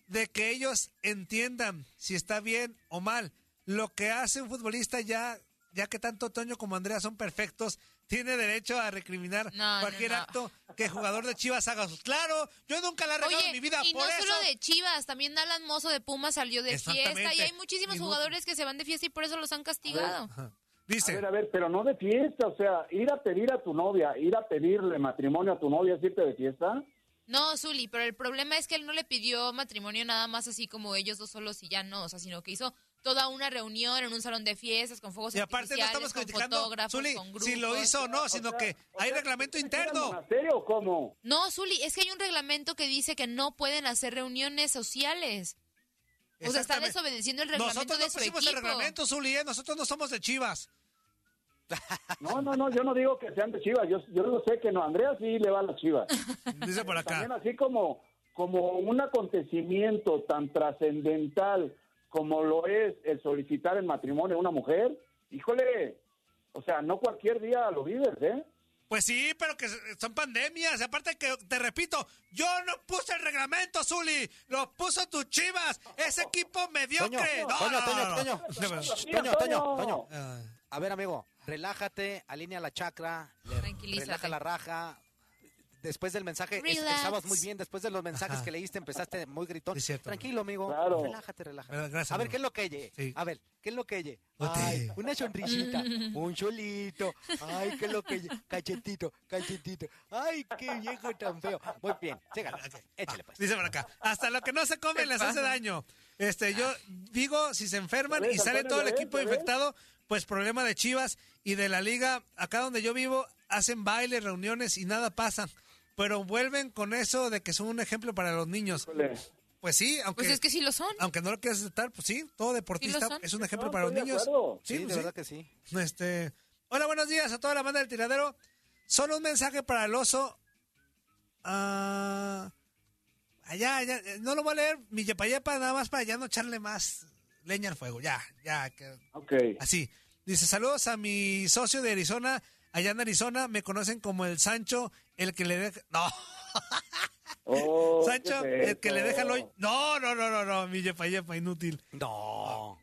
[SPEAKER 1] de que ellos entiendan si está bien o mal. Lo que hace un futbolista ya, ya que tanto Toño como Andrea son perfectos, tiene derecho a recriminar
[SPEAKER 2] No, no,
[SPEAKER 1] cualquier
[SPEAKER 2] no.
[SPEAKER 1] acto que jugador de Chivas haga. Claro, yo nunca la he regado
[SPEAKER 2] Oye,
[SPEAKER 1] en mi vida,
[SPEAKER 2] y
[SPEAKER 1] por
[SPEAKER 2] no
[SPEAKER 1] eso.
[SPEAKER 2] solo de Chivas, también Alan Mozo de Puma salió de fiesta
[SPEAKER 1] Exactamente.
[SPEAKER 2] y hay muchísimos
[SPEAKER 1] Y no-
[SPEAKER 2] jugadores que se van de fiesta y por eso los han castigado.
[SPEAKER 1] Ajá.
[SPEAKER 4] A
[SPEAKER 1] Dice,
[SPEAKER 4] ver, a ver, pero no de fiesta, o sea, ir a pedir a tu novia, ir a pedirle matrimonio a tu novia, es irte de fiesta.
[SPEAKER 2] No, Zuli, pero el problema es que él no le pidió matrimonio nada más así como ellos dos solos y ya no, o sea, sino que hizo toda una reunión en un salón de fiestas con fuegos
[SPEAKER 1] y aparte no
[SPEAKER 2] artificiales,
[SPEAKER 1] estamos
[SPEAKER 2] con
[SPEAKER 1] criticando
[SPEAKER 2] fotógrafos,
[SPEAKER 1] Zuli
[SPEAKER 2] con
[SPEAKER 1] si lo
[SPEAKER 2] grupos.
[SPEAKER 1] hizo o no, sino
[SPEAKER 4] sea,
[SPEAKER 1] que
[SPEAKER 4] o
[SPEAKER 1] hay
[SPEAKER 4] sea,
[SPEAKER 1] reglamento
[SPEAKER 4] ¿ustedes eran
[SPEAKER 1] interno.
[SPEAKER 4] ¿Monasterio o cómo?
[SPEAKER 2] No, Zuli, es que hay un reglamento que dice que no pueden hacer reuniones sociales. O sea, está
[SPEAKER 1] Exactamente.
[SPEAKER 2] desobedeciendo el reglamento
[SPEAKER 1] Nosotros no
[SPEAKER 2] de su
[SPEAKER 1] pusimos
[SPEAKER 2] equipo.
[SPEAKER 1] el reglamento, Zuli, ¿eh? nosotros no somos de Chivas.
[SPEAKER 4] No, no, no, yo no digo que sean de Chivas, yo, yo no sé que no, Andrea sí le va a las Chivas.
[SPEAKER 1] Dice por acá.
[SPEAKER 4] También así como, como un acontecimiento tan trascendental como lo es el solicitar el matrimonio a una mujer, híjole, o sea, no cualquier día lo vives, ¿eh?
[SPEAKER 1] Pues sí, pero que se- son pandemias. Aparte que, te repito, yo no puse el reglamento, Zuli. Lo puso tus chivas. Ese equipo mediocre.
[SPEAKER 3] Toño,
[SPEAKER 1] No,
[SPEAKER 3] Toño,
[SPEAKER 1] no,
[SPEAKER 3] Toño,
[SPEAKER 1] no,
[SPEAKER 3] Toño.
[SPEAKER 1] no.
[SPEAKER 3] Toño, Toño, Toño.
[SPEAKER 1] Ah,
[SPEAKER 3] A ver, amigo, relájate, alinea la chakra, le-
[SPEAKER 2] Tranquilízate.
[SPEAKER 3] relaja la raja, después del mensaje, es-
[SPEAKER 2] Relax.
[SPEAKER 3] estabas muy bien, después de los mensajes
[SPEAKER 1] Ajá.
[SPEAKER 3] que leíste, empezaste muy gritón.
[SPEAKER 1] Sí, es cierto,
[SPEAKER 3] Tranquilo, amigo.
[SPEAKER 4] Claro.
[SPEAKER 3] Relájate, relájate.
[SPEAKER 1] Verdad, gracias,
[SPEAKER 3] a ver,
[SPEAKER 1] amigo.
[SPEAKER 3] ¿qué es lo que lle?
[SPEAKER 1] Sí.
[SPEAKER 3] A ver, ¿qué es lo que lle?
[SPEAKER 1] No te-
[SPEAKER 3] Ay, una sonrisita, un cholito. Ay, ¿qué es lo que lle? Cachetito, cachetito. Ay, qué viejo tan feo. Muy bien, sígala. Échale, pues.
[SPEAKER 1] Dice por acá, hasta lo que no se comen les hace daño. Este, yo digo, si se enferman
[SPEAKER 4] Ya ves,
[SPEAKER 1] y sale
[SPEAKER 4] Antonio,
[SPEAKER 1] todo el
[SPEAKER 4] ya ves,
[SPEAKER 1] equipo
[SPEAKER 4] ya ves.
[SPEAKER 1] infectado, pues problema de Chivas y de la liga. Acá donde yo vivo hacen bailes, reuniones y nada pasa. Pero vuelven con eso de que son un ejemplo para los niños.
[SPEAKER 4] Híjole.
[SPEAKER 1] Pues sí, aunque,
[SPEAKER 2] Pues es que sí lo son.
[SPEAKER 1] aunque no lo quieras aceptar, pues sí, todo deportista
[SPEAKER 2] son.
[SPEAKER 1] es un ejemplo
[SPEAKER 4] No,
[SPEAKER 1] para los
[SPEAKER 4] estoy de
[SPEAKER 1] niños.
[SPEAKER 4] acuerdo.
[SPEAKER 1] Sí,
[SPEAKER 3] Sí,
[SPEAKER 1] pues
[SPEAKER 3] de
[SPEAKER 1] sí.
[SPEAKER 3] verdad que sí.
[SPEAKER 1] Este, hola, buenos días a toda la banda del tiradero. Solo un mensaje para el oso. Ah, allá, allá, eh, no lo voy a leer, mi yepayepa, nada más para ya no echarle más leña al fuego. Ya, ya, que-
[SPEAKER 4] Ok.
[SPEAKER 1] así. Dice, saludos a mi socio de Arizona, allá en Arizona, me conocen como el Sancho, el que le deja... No,
[SPEAKER 4] Oh, ¿qué
[SPEAKER 1] Sancho,
[SPEAKER 4] es
[SPEAKER 1] el que le
[SPEAKER 4] eso?
[SPEAKER 1] deja el hoy... No, no, no, no, no, mi yepayepa, inútil.
[SPEAKER 3] No.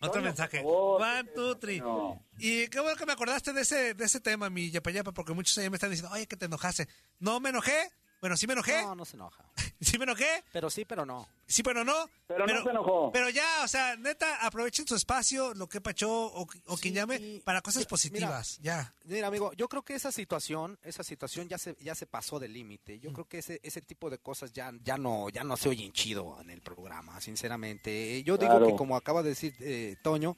[SPEAKER 1] Otro
[SPEAKER 4] Toño,
[SPEAKER 1] mensaje.
[SPEAKER 4] por favor.
[SPEAKER 1] One, two, three.
[SPEAKER 4] No.
[SPEAKER 1] Y qué bueno que me acordaste de ese, de ese tema, mi yapayapa, porque muchos ahí me están diciendo, oye, que te enojaste. No me enojé. Bueno, sí me enojé.
[SPEAKER 3] No, no se enoja.
[SPEAKER 1] Sí me enojé.
[SPEAKER 3] Pero sí, pero no.
[SPEAKER 1] Sí, pero no.
[SPEAKER 4] Pero no se enojó.
[SPEAKER 1] Pero ya, o sea, neta, aprovechen su espacio, lo que pachó o, o
[SPEAKER 3] Sí,
[SPEAKER 1] quien llame,
[SPEAKER 3] y-
[SPEAKER 1] para cosas
[SPEAKER 3] mira,
[SPEAKER 1] positivas. ya.
[SPEAKER 3] Mira, amigo, yo creo que esa situación, esa situación ya se, ya se pasó del límite. Yo creo que ese, ese tipo de cosas ya, ya no, ya no se oyen chido en el programa, sinceramente. Eh, Yo digo
[SPEAKER 4] Claro.
[SPEAKER 3] que como acaba de decir eh, Toño,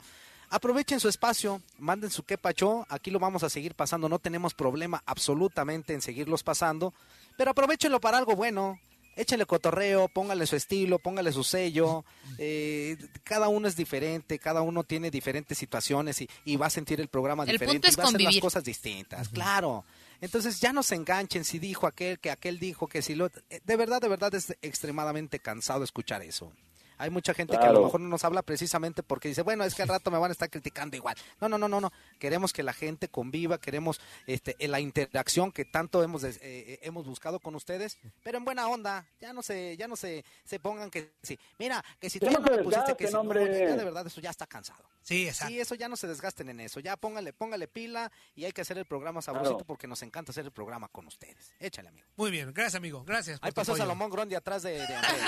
[SPEAKER 3] aprovechen su espacio, manden su quepacho, aquí lo vamos a seguir pasando, no tenemos problema absolutamente en seguirlos pasando, pero aprovechenlo para algo bueno. Échenle cotorreo, póngale su estilo, póngale su sello. eh, cada uno es diferente, cada uno tiene diferentes situaciones y, y va a sentir el programa
[SPEAKER 2] El
[SPEAKER 3] diferente
[SPEAKER 2] punto es
[SPEAKER 3] y va a hacer las
[SPEAKER 2] convivir.
[SPEAKER 3] cosas distintas, claro. Entonces ya no se enganchen si dijo aquel, que aquel dijo, que si lo... eh, De verdad, de verdad es extremadamente cansado escuchar eso. Hay mucha gente que a
[SPEAKER 4] Claro.
[SPEAKER 3] lo mejor no nos habla precisamente porque dice, bueno, es que al rato me van a estar criticando igual. No, no, no, no, no. Queremos que la gente conviva, queremos este, eh, la interacción que tanto hemos, des- eh, eh, hemos buscado con ustedes, pero en buena onda. Ya no se, ya no se, se pongan que sí. Mira, que si tú
[SPEAKER 4] Ya
[SPEAKER 3] ya
[SPEAKER 4] no
[SPEAKER 3] no
[SPEAKER 4] se
[SPEAKER 3] me pusiste que
[SPEAKER 4] desgasten,
[SPEAKER 3] sí. No,
[SPEAKER 4] hombre.
[SPEAKER 3] ya de verdad eso ya está cansado.
[SPEAKER 1] Sí, exacto.
[SPEAKER 3] Sí, eso ya no se desgasten en eso. Ya póngale, póngale pila y hay que hacer el programa sabrosito
[SPEAKER 4] Claro.
[SPEAKER 3] porque nos encanta hacer el programa con ustedes. Échale, amigo.
[SPEAKER 1] Muy bien, gracias, amigo. Gracias. por
[SPEAKER 3] Ahí
[SPEAKER 1] tu
[SPEAKER 3] pasó
[SPEAKER 1] apoyo.
[SPEAKER 3] Salomón Grondi atrás de, de Andrés.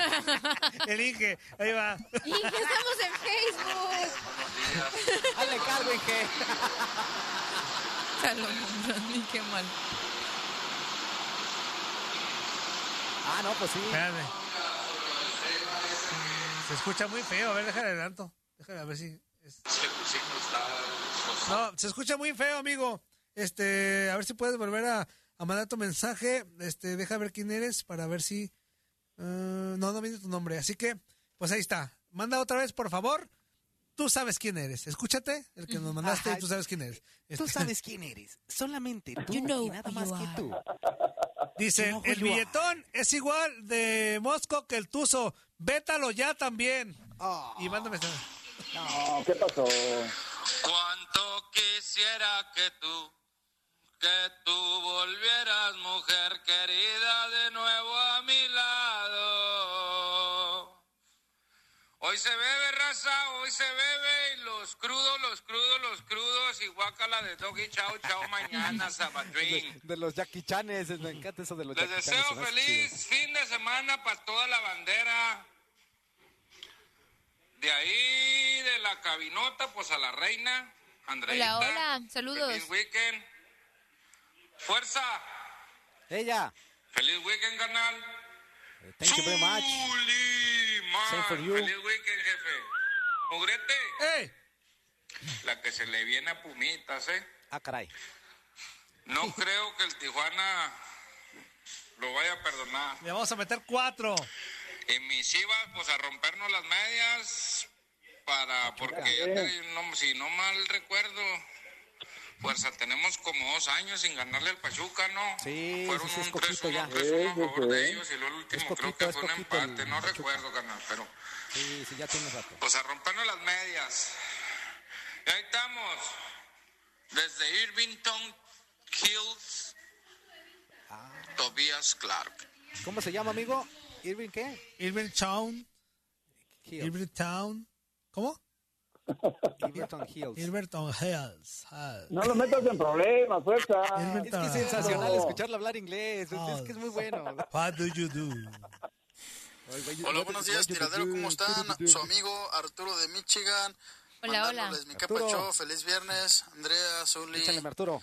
[SPEAKER 1] Elige, ahí va.
[SPEAKER 2] Y ya estamos en Facebook.
[SPEAKER 5] Buenos días.
[SPEAKER 3] Hazle cargo, Inge.
[SPEAKER 2] Salomón Grandi, qué mal.
[SPEAKER 3] Ah, no, pues sí.
[SPEAKER 1] Espérame. Se escucha muy feo. A ver, déjale adelanto. Déjale a ver si. es- No, se escucha muy feo, amigo. Este, a ver si puedes volver a, a mandar tu mensaje. Este, deja ver quién eres para ver si. eh, no, no viene tu nombre. Así que, pues ahí está. Manda otra vez, por favor. Tú sabes quién eres. Escúchate, el que nos mandaste,
[SPEAKER 3] Ajá.
[SPEAKER 1] tú sabes quién eres.
[SPEAKER 3] Tú
[SPEAKER 1] Este,
[SPEAKER 3] sabes quién eres. Solamente tú
[SPEAKER 2] You know
[SPEAKER 3] y nada
[SPEAKER 2] who
[SPEAKER 3] más
[SPEAKER 2] you
[SPEAKER 3] que
[SPEAKER 2] are.
[SPEAKER 3] tú.
[SPEAKER 1] Dice,
[SPEAKER 3] Enojo
[SPEAKER 1] el
[SPEAKER 3] yo.
[SPEAKER 1] billetón es igual de Mosco que el Tuzo. Vétalo ya también.
[SPEAKER 3] Ah.
[SPEAKER 1] Y mándame. esta-
[SPEAKER 4] No, ¿qué pasó?
[SPEAKER 6] Cuánto quisiera que tú, que tú volvieras, mujer querida, de nuevo a mi lado. Hoy se bebe raza, hoy se bebe y los crudos, los crudos, los crudos y guácala de doggy, chao, chao, mañana,
[SPEAKER 3] De,
[SPEAKER 6] Sabatrín.
[SPEAKER 3] de los Jackie Chanes, me encanta eso de los
[SPEAKER 6] Les
[SPEAKER 3] Jackie Chanes,
[SPEAKER 6] deseo
[SPEAKER 3] se me hace chido.
[SPEAKER 6] feliz fin de semana para toda la bandera. De ahí, de la cabinota, pues a la reina, Andreita.
[SPEAKER 2] Hola, hola, saludos.
[SPEAKER 6] Feliz weekend. Fuerza.
[SPEAKER 3] Ella,
[SPEAKER 6] Feliz weekend, canal.
[SPEAKER 3] eh, thank you very much. Same for you.
[SPEAKER 6] Feliz weekend, jefe. Mugrete,
[SPEAKER 1] ¡Ey!
[SPEAKER 6] la que se le viene a Pumitas, ¿eh?
[SPEAKER 3] Ah, caray.
[SPEAKER 6] No creo que el Tijuana lo vaya a perdonar.
[SPEAKER 1] Le vamos a meter cuatro.
[SPEAKER 6] Y mis chivas, pues a rompernos las medias
[SPEAKER 3] Ah,
[SPEAKER 6] para, porque ya
[SPEAKER 3] Eh.
[SPEAKER 6] te- no- si no mal recuerdo, fuerza, tenemos como dos años sin ganarle al Pachuca, ¿no?
[SPEAKER 3] Sí,
[SPEAKER 6] Fueron
[SPEAKER 3] sí, sí, es
[SPEAKER 6] un 3
[SPEAKER 3] poquito ya.
[SPEAKER 6] 1 a
[SPEAKER 4] Sí, sí,
[SPEAKER 6] favor de
[SPEAKER 4] sí.
[SPEAKER 6] ellos y luego el último
[SPEAKER 3] Es poquito,
[SPEAKER 6] creo que
[SPEAKER 3] es
[SPEAKER 6] fue un
[SPEAKER 3] poquito el
[SPEAKER 6] empate, no
[SPEAKER 3] Pachuca.
[SPEAKER 6] recuerdo, ganar, pero
[SPEAKER 3] Sí, sí, ya tienes rato.
[SPEAKER 6] pues a rompernos las medias. Y ahí estamos, desde Irvington Hills,
[SPEAKER 3] Ah.
[SPEAKER 6] Tobias Clark.
[SPEAKER 3] ¿Cómo se llama, amigo? Irving, ¿qué?
[SPEAKER 1] Irving Town.
[SPEAKER 3] Hill.
[SPEAKER 1] Irving Town. ¿Cómo?
[SPEAKER 3] Hilton Hills.
[SPEAKER 1] Hilberton Hells. Ah.
[SPEAKER 4] No lo metas en problemas, fuerza.
[SPEAKER 1] Hilberton.
[SPEAKER 3] Es que es sensacional
[SPEAKER 4] No.
[SPEAKER 3] escucharlo hablar inglés. Es, es que es muy bueno.
[SPEAKER 1] What do you do?
[SPEAKER 7] Hola, buenos días, tiradero, ¿cómo están? Su amigo Arturo de Michigan.
[SPEAKER 2] Hola, hola.
[SPEAKER 7] Mandándoles mi
[SPEAKER 3] Arturo.
[SPEAKER 7] capacho, feliz viernes. Andrea, Zuli,
[SPEAKER 3] Échale, mi Arturo.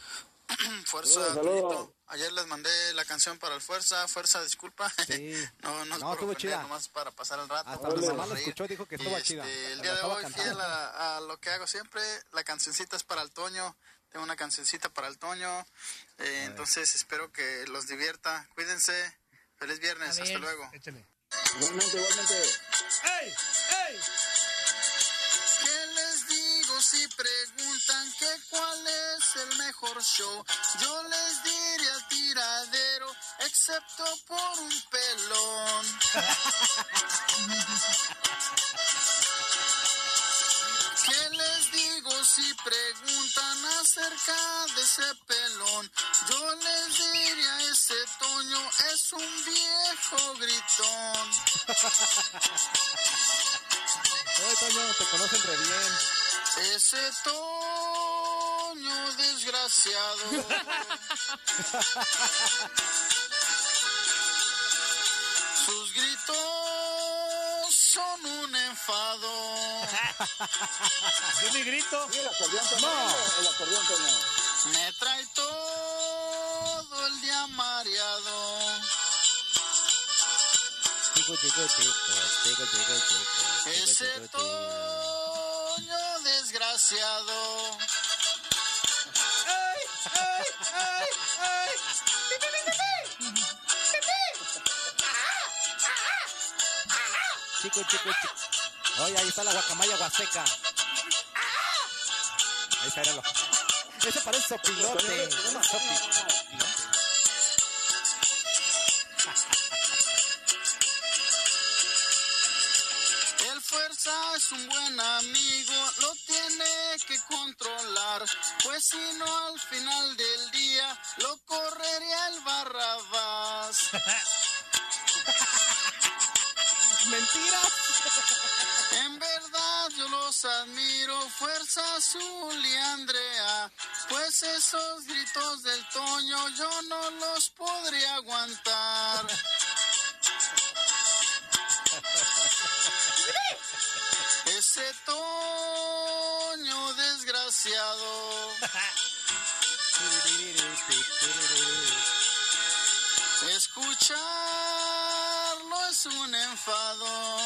[SPEAKER 7] fuerza,
[SPEAKER 4] Saludos,
[SPEAKER 7] Toñito.
[SPEAKER 4] saludos.
[SPEAKER 7] Ayer les mandé la canción para el fuerza, fuerza, disculpa.
[SPEAKER 3] Sí.
[SPEAKER 7] no, no, es
[SPEAKER 3] No, estuvo
[SPEAKER 7] por ofender,
[SPEAKER 3] chida.
[SPEAKER 7] nomás para pasar el rato.
[SPEAKER 3] Hasta
[SPEAKER 7] para
[SPEAKER 3] mi
[SPEAKER 7] hacerlos
[SPEAKER 3] mamá la
[SPEAKER 7] reír.
[SPEAKER 3] escuchó, dijo que
[SPEAKER 7] Y,
[SPEAKER 3] estuvo
[SPEAKER 7] este,
[SPEAKER 3] chida.
[SPEAKER 7] El
[SPEAKER 3] La
[SPEAKER 7] día de
[SPEAKER 3] estaba
[SPEAKER 7] hoy,
[SPEAKER 3] cantando.
[SPEAKER 7] fiel a, a lo que hago siempre, la cancioncita es para el Toño. Tengo una cancioncita para el Toño. Eh, entonces, espero que los divierta. Cuídense. Feliz viernes.
[SPEAKER 2] A
[SPEAKER 7] Hasta
[SPEAKER 2] ver.
[SPEAKER 7] luego.
[SPEAKER 1] Échale.
[SPEAKER 4] Igualmente, igualmente.
[SPEAKER 1] ¡Ey! ¡Ey!
[SPEAKER 7] ¿Qué les digo si preguntan que cuál es el mejor show? Yo les diré al tiradero, excepto por un pelón. ¿Qué les digo si preguntan acerca de ese pelón? Yo les diría ese toño es un viejo gritón.
[SPEAKER 3] Oye, Toño, te conocen re bien.
[SPEAKER 7] Ese toño desgraciado. Sus gritos son un enfado.
[SPEAKER 1] Yo ni grito.
[SPEAKER 4] Sí, el acordeón también. El acordeón también.
[SPEAKER 7] Me trae todo el día mareado.
[SPEAKER 3] Chico, chico, chico, chico, chico, chico,
[SPEAKER 7] Ese
[SPEAKER 3] chico, chico, chico.
[SPEAKER 7] toño desgraciado.
[SPEAKER 3] Chico, chico, chico. Oye, ahí está la guacamaya huasteca. Ahí está, éralo. Ese parece sopilote. Una sopilote.
[SPEAKER 7] El fuerza es un buen amigo, lo tiene que controlar, pues si no al final del día lo correría el barrabás.
[SPEAKER 3] Mentira.
[SPEAKER 7] En verdad yo los admiro, fuerza azul y Andrea, pues esos gritos del toño yo no los podría aguantar. Ese toño desgraciado. Escucharlo es un enfado.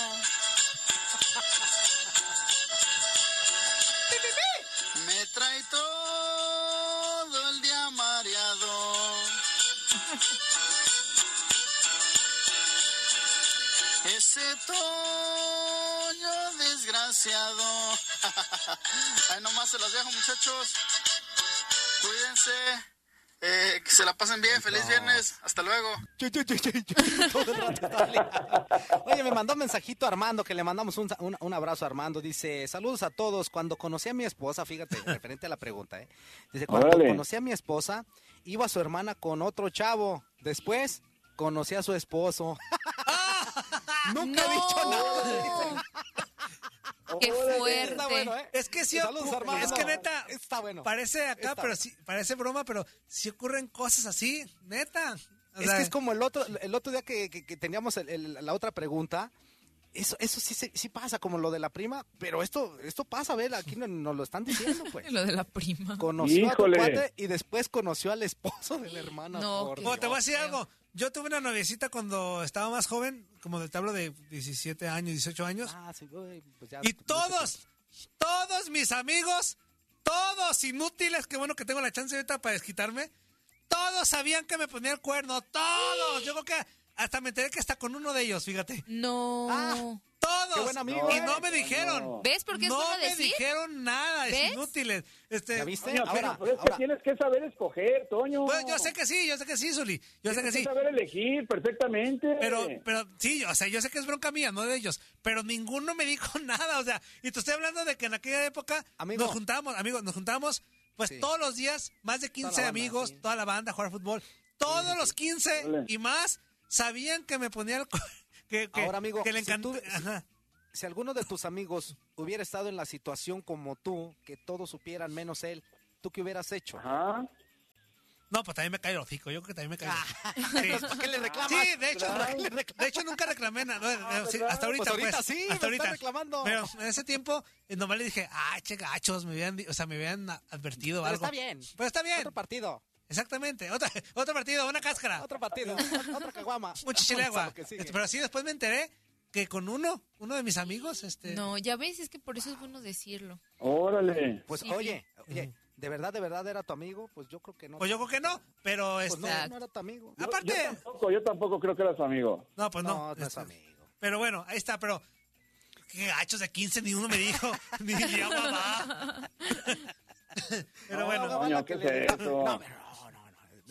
[SPEAKER 7] Me trae todo el día mareado. Ese toño desgraciado. Ahí nomás se los dejo, muchachos. Cuídense. Eh, que se la pasen bien. Feliz viernes. Hasta luego.
[SPEAKER 3] Chu, chu, chu, chu, chu. Todo el rato está ligado. Oye, me mandó un mensajito a Armando, que le mandamos un, sa- un- un abrazo a Armando. Dice, saludos a todos. Cuando conocí a mi esposa, fíjate, referente a la pregunta, ¿eh? Dice, cuando
[SPEAKER 4] Órale.
[SPEAKER 3] conocí a mi esposa, iba su hermana con otro chavo. Después, conocí a su esposo. Nunca he dicho nada. dice.
[SPEAKER 2] Qué
[SPEAKER 4] Órale.
[SPEAKER 2] fuerte.
[SPEAKER 3] Está bueno, ¿eh?
[SPEAKER 1] Es que sí
[SPEAKER 3] Saludos,
[SPEAKER 1] ocu-
[SPEAKER 3] Armando.
[SPEAKER 1] es que neta,
[SPEAKER 3] Está bueno.
[SPEAKER 1] Parece acá,
[SPEAKER 3] Está
[SPEAKER 1] pero
[SPEAKER 3] bueno.
[SPEAKER 1] sí, parece broma, pero si ocurren cosas así, neta. O
[SPEAKER 3] Es
[SPEAKER 1] sea,
[SPEAKER 3] que es como el otro, el otro día que, que- que teníamos el- el- la otra pregunta. Eso, eso sí, se- sí pasa, como lo de la prima, pero esto, esto pasa, Vela, aquí no- nos, lo están diciendo, pues.
[SPEAKER 2] Lo de la prima.
[SPEAKER 3] Conoció
[SPEAKER 4] Híjole.
[SPEAKER 3] a tu cuate y después conoció al esposo de la hermana.
[SPEAKER 2] No,
[SPEAKER 3] por
[SPEAKER 2] qué-
[SPEAKER 1] Bueno, te voy a
[SPEAKER 3] Dios.
[SPEAKER 1] decir
[SPEAKER 2] Feo.
[SPEAKER 1] algo. Yo tuve una noviecita cuando estaba más joven, como del tablo de 17 años, 18 años.
[SPEAKER 3] Ah, sí, güey, pues ya-
[SPEAKER 1] y todos, todos mis amigos, todos inútiles, que bueno que tengo la chance ahorita para desquitarme, todos sabían que me ponía el cuerno, todos. Yo creo que hasta me enteré que hasta con uno de ellos, fíjate.
[SPEAKER 2] No.
[SPEAKER 3] Ah.
[SPEAKER 1] Todos.
[SPEAKER 3] Qué buen amigo,
[SPEAKER 1] y
[SPEAKER 3] ¿eh?
[SPEAKER 1] no me dijeron.
[SPEAKER 4] No.
[SPEAKER 2] ¿Ves por qué es
[SPEAKER 1] no
[SPEAKER 2] bueno
[SPEAKER 1] me
[SPEAKER 2] decir?
[SPEAKER 1] dijeron nada, es
[SPEAKER 2] ¿Ves?
[SPEAKER 1] inútiles. Este,
[SPEAKER 3] ¿Ya viste?
[SPEAKER 4] Toño,
[SPEAKER 3] Ahora,
[SPEAKER 4] pero es
[SPEAKER 3] ahora.
[SPEAKER 4] que tienes que saber escoger, Toño.
[SPEAKER 1] Bueno, Pues, yo sé que sí, yo sé que sí, Zuli. Yo sé que
[SPEAKER 4] Tienes
[SPEAKER 1] sí.
[SPEAKER 4] que saber elegir perfectamente.
[SPEAKER 1] Pero, pero sí, o sea, yo sé que es bronca mía, no de ellos. Pero ninguno me dijo nada, o sea. Y te estoy hablando de que en aquella época
[SPEAKER 3] Amigo.
[SPEAKER 1] nos juntábamos, amigos, nos juntábamos pues
[SPEAKER 3] Sí.
[SPEAKER 1] todos los días, más de 15
[SPEAKER 3] banda,
[SPEAKER 1] amigos,
[SPEAKER 3] sí.
[SPEAKER 1] toda la banda a jugar fútbol. Todos los 15
[SPEAKER 4] Órale.
[SPEAKER 1] y más sabían que me ponía el... cu- Que, que,
[SPEAKER 3] Ahora, amigo,
[SPEAKER 1] que le
[SPEAKER 3] si
[SPEAKER 1] encantó.
[SPEAKER 3] tú- si-
[SPEAKER 1] Ajá.
[SPEAKER 3] si alguno de tus amigos hubiera estado en la situación como tú, que todos supieran menos él, ¿tú qué hubieras hecho?
[SPEAKER 2] Ah,
[SPEAKER 4] Ajá.
[SPEAKER 1] No, pues también me cae el hocico. Yo creo que también me cae el hocico.
[SPEAKER 3] Entonces, Ah, pues, ¿Para qué le reclamas?
[SPEAKER 1] Sí, de hecho, de hecho nunca reclamé nada. no, no, sí, hasta ahorita,
[SPEAKER 3] Pues ahorita
[SPEAKER 1] pues,
[SPEAKER 3] sí, me
[SPEAKER 1] hasta
[SPEAKER 3] está
[SPEAKER 1] ahorita.
[SPEAKER 3] reclamando.
[SPEAKER 1] Pero en ese tiempo, eh, nomás le dije, ah, che gachos, me habían, di- o sea, me habían a- advertido
[SPEAKER 3] Pero
[SPEAKER 1] algo.
[SPEAKER 3] está bien.
[SPEAKER 2] Pues
[SPEAKER 1] Pero está bien.
[SPEAKER 3] Otro partido.
[SPEAKER 1] Exactamente. Otra- otro partido, una cáscara.
[SPEAKER 3] Otro partido. Otro caguama.
[SPEAKER 1] Un chichile de
[SPEAKER 3] Vamos a
[SPEAKER 1] agua.
[SPEAKER 3] lo que sigue.
[SPEAKER 1] Este, Pero sí, después me enteré que con uno, uno de mis amigos, este.
[SPEAKER 2] No, ya ves, es que por eso es bueno decirlo.
[SPEAKER 4] Órale.
[SPEAKER 3] Pues
[SPEAKER 2] Sí,
[SPEAKER 3] oye, oye, ¿de verdad, de verdad era tu amigo? Pues yo creo que no.
[SPEAKER 1] Pues yo creo que no, pero
[SPEAKER 3] Pues
[SPEAKER 1] este.
[SPEAKER 3] no,
[SPEAKER 2] Exacto.
[SPEAKER 3] no era tu amigo.
[SPEAKER 1] No,
[SPEAKER 4] Yo-
[SPEAKER 1] Aparte-
[SPEAKER 4] Yo, tampoco, yo tampoco creo que era su amigo.
[SPEAKER 1] No, pues no.
[SPEAKER 3] No, no es
[SPEAKER 1] Este,
[SPEAKER 3] tu amigo.
[SPEAKER 1] Pero bueno, ahí está, pero. Qué gachos de 15, ni uno me dijo. ni mi mamá. pero bueno.
[SPEAKER 4] no,
[SPEAKER 3] Gabriela,
[SPEAKER 4] no, ¿qué
[SPEAKER 3] que le-
[SPEAKER 4] es eso?
[SPEAKER 3] No, pero no, no, no.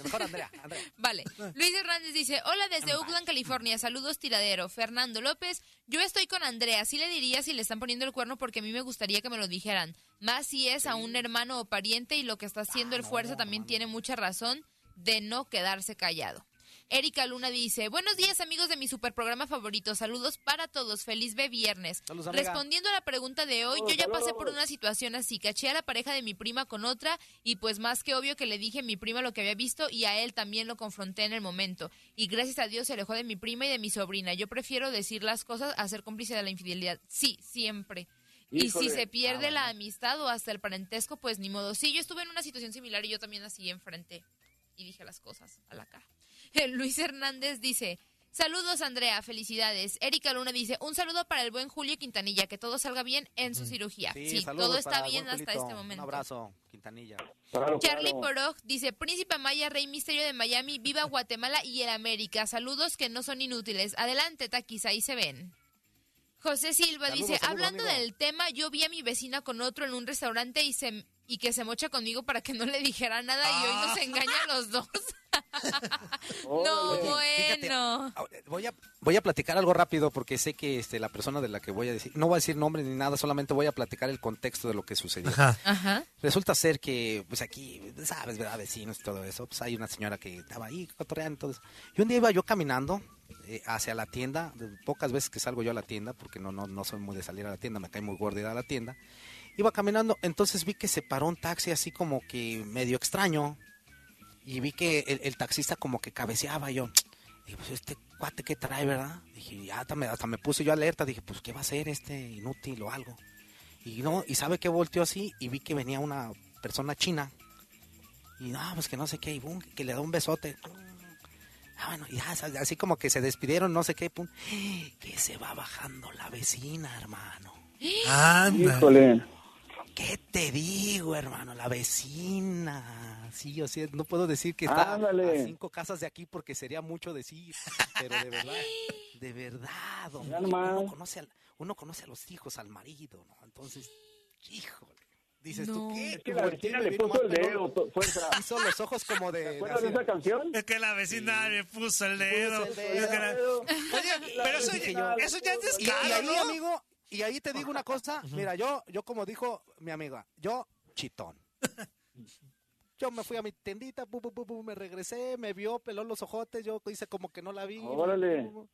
[SPEAKER 3] Mejor Andrea, Andrea.
[SPEAKER 2] Vale.
[SPEAKER 3] Ah.
[SPEAKER 2] Luis Hernández dice, hola desde Oakland, California. Saludos, tiradero. Fernando López, yo estoy con Andrea. Sí le diría si le están poniendo el cuerno porque a mí me gustaría que me lo dijeran. Más si es a un hermano o pariente y lo que
[SPEAKER 3] Ah,
[SPEAKER 2] está haciendo el fuerza también tiene mucha razón de no quedarse callado. Erika Luna dice, buenos días amigos de mi super programa favorito, saludos para todos, feliz B viernes.
[SPEAKER 3] Saludos, amiga.
[SPEAKER 2] Respondiendo a la pregunta de hoy, yo ya pasé por una situación así, caché a la pareja de mi prima con otra y pues más que obvio que le dije a mi prima lo que había visto y a él también lo confronté en el momento. Y gracias a Dios se alejó de mi prima y de mi sobrina. Yo prefiero decir las cosas a ser cómplice de la infidelidad. Sí, siempre. Y
[SPEAKER 4] Híjole.
[SPEAKER 2] si se pierde
[SPEAKER 3] Ah, bueno.
[SPEAKER 2] la amistad o hasta el parentesco, pues ni modo. Sí, yo estuve en una situación similar y yo también así enfrenté y dije las cosas a la cara. Luis Hernández dice, saludos Andrea, felicidades. Erika Luna dice, un saludo para el buen Julio Quintanilla, que todo salga bien en su cirugía. Sí,
[SPEAKER 3] saludos
[SPEAKER 2] todo
[SPEAKER 3] para
[SPEAKER 2] está
[SPEAKER 3] el
[SPEAKER 2] bien
[SPEAKER 3] buen
[SPEAKER 2] hasta
[SPEAKER 3] Julito.
[SPEAKER 2] este momento.
[SPEAKER 3] Un abrazo, Quintanilla.
[SPEAKER 4] Claro,
[SPEAKER 2] Charlie
[SPEAKER 4] claro.
[SPEAKER 2] Porog dice, Príncipe Maya, Rey Misterio de Miami, viva Guatemala y el América. Saludos que no son inútiles. Adelante, Taquis, ahí se ven. José Silva
[SPEAKER 3] Saludos,
[SPEAKER 2] dice,
[SPEAKER 3] saludos,
[SPEAKER 2] hablando
[SPEAKER 3] amigo".
[SPEAKER 2] del tema, yo vi a mi vecina con otro en un restaurante y se y que se mocha conmigo para que no le dijera nada y hoy
[SPEAKER 3] Ah.
[SPEAKER 2] nos engaña a los dos. no,
[SPEAKER 4] Órale.
[SPEAKER 3] Fíjate,
[SPEAKER 2] bueno.
[SPEAKER 3] ahora voy a, voy a platicar algo rápido porque sé que este, la persona de la que voy a decir, no voy a decir nombres ni nada, solamente voy a platicar el contexto de lo que sucedió.
[SPEAKER 1] Ajá.
[SPEAKER 2] Ajá.
[SPEAKER 3] Resulta ser que, pues aquí, sabes, ¿verdad? Vecinos y todo eso. Pues hay una señora que estaba ahí cotorreando. Todo eso. Y un día iba yo caminando eh, hacia la tienda. de- Pocas veces que salgo yo a la tienda, porque no, no, no soy muy de salir a la tienda, me cae muy gorda ir a la tienda. Iba caminando, entonces vi que se paró un taxi así como que medio extraño. Y vi que el, el taxista como que cabeceaba. y yo, dije, pues este cuate que trae, ¿verdad? Dije, ya hasta me, hasta me puse yo alerta. Dije, pues qué va a hacer este inútil o algo. Y no, y sabe que volteó así y vi que venía una persona china. Y no, pues que no sé qué, y boom, que le da un besote. Ah, bueno, y ya, sa- así como que se despidieron, no sé qué, pum. Que se va bajando la vecina, hermano.
[SPEAKER 1] Anda.
[SPEAKER 4] Híjole.
[SPEAKER 3] ¿Qué te digo, hermano? La vecina. Sí, o sea, no puedo decir que está
[SPEAKER 4] Ándale.
[SPEAKER 3] a cinco casas de aquí porque sería mucho decir. Pero de verdad, de verdad, don
[SPEAKER 4] Ya
[SPEAKER 3] Uno
[SPEAKER 4] nomás.
[SPEAKER 3] conoce, al- uno conoce a los hijos, al marido, ¿no? Entonces, híjole. Dices
[SPEAKER 2] No.
[SPEAKER 3] tú, ¿qué?
[SPEAKER 4] Es que la vecina le
[SPEAKER 3] Vino
[SPEAKER 4] puso el
[SPEAKER 3] más
[SPEAKER 4] dedo,
[SPEAKER 3] peludo.
[SPEAKER 4] to- fuerza.
[SPEAKER 3] Hizo los ojos como
[SPEAKER 4] ¿Te
[SPEAKER 3] de...
[SPEAKER 4] acuerdas de
[SPEAKER 3] así,
[SPEAKER 4] esa canción?
[SPEAKER 1] Es que la vecina le puso el dedo.
[SPEAKER 3] el dedo.
[SPEAKER 1] Es que la- Oye, pero eso,
[SPEAKER 3] dije
[SPEAKER 1] ya-
[SPEAKER 3] yo.
[SPEAKER 1] eso ya es
[SPEAKER 3] Y, y
[SPEAKER 1] descaro,
[SPEAKER 3] ahí,
[SPEAKER 1] ¿no?
[SPEAKER 3] amigo, y ahí te digo una cosa. Mira, yo, yo como dijo mi amiga, yo chitón. Yo me fui a mi tendita, bu, bu, bu, bu, me regresé, me vio, peló los ojotes, yo hice como que no la vi.
[SPEAKER 4] Órale.
[SPEAKER 3] bu, bu, bu.